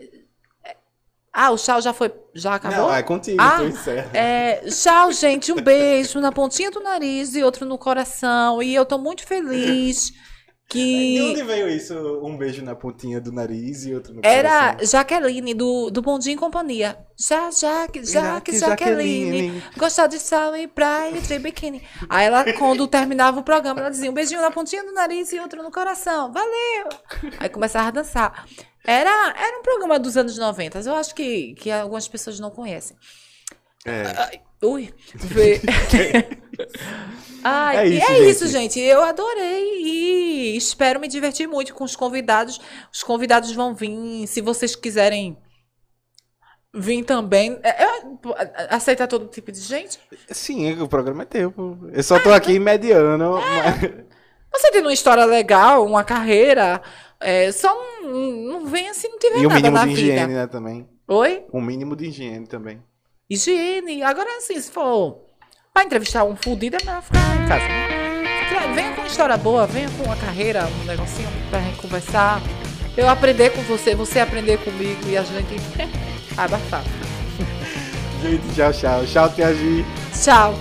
[SPEAKER 2] Ah, o tchau já foi, já acabou?
[SPEAKER 1] Não, é contigo.
[SPEAKER 2] Ah,
[SPEAKER 1] tu encerra.
[SPEAKER 2] É, tchau, gente. Um beijo na pontinha do nariz e outro no coração. E eu tô muito feliz
[SPEAKER 1] De
[SPEAKER 2] que
[SPEAKER 1] onde veio isso? É, Um beijo na pontinha do nariz e outro no
[SPEAKER 2] era
[SPEAKER 1] coração?
[SPEAKER 2] Jaqueline do, do Bom Dia em Companhia. Já, Jaque, Jaque, Jaqueline. Gostar de sal e praia e de biquíni. Aí ela, quando terminava o programa, ela dizia um beijinho na pontinha do nariz e outro no coração. Valeu! Aí começava a dançar. Era, era um programa dos anos 90. Eu acho que, que algumas pessoas não conhecem.
[SPEAKER 1] É.
[SPEAKER 2] Ui, vê. Ai,
[SPEAKER 1] É
[SPEAKER 2] e
[SPEAKER 1] isso,
[SPEAKER 2] é
[SPEAKER 1] gente.
[SPEAKER 2] isso, gente. Eu adorei e espero me divertir muito com os convidados. Os convidados vão vir, se vocês quiserem vir também. É, é, Aceitar todo tipo de gente.
[SPEAKER 1] Sim, o programa é teu. pô. Eu
[SPEAKER 2] Ah,
[SPEAKER 1] só
[SPEAKER 2] é
[SPEAKER 1] tô aqui mediano. mas-
[SPEAKER 2] Você tem Tá uma história legal, uma carreira, é, só um, não venha se não tiver
[SPEAKER 1] E o
[SPEAKER 2] nada
[SPEAKER 1] mínimo
[SPEAKER 2] na
[SPEAKER 1] de
[SPEAKER 2] vida.
[SPEAKER 1] higiene, né, também.
[SPEAKER 2] Oi?
[SPEAKER 1] O mínimo de higiene também.
[SPEAKER 2] Higiene. Agora, assim, se for pra entrevistar um fudido, é melhor ficar em casa. né? Tra- Venha com uma história boa, venha com uma carreira, um negocinho pra gente conversar. Eu aprender com você, você aprender comigo e a gente abafar.
[SPEAKER 1] Gente, tchau, tchau. Tchau, Tia Gi.
[SPEAKER 2] Tchau.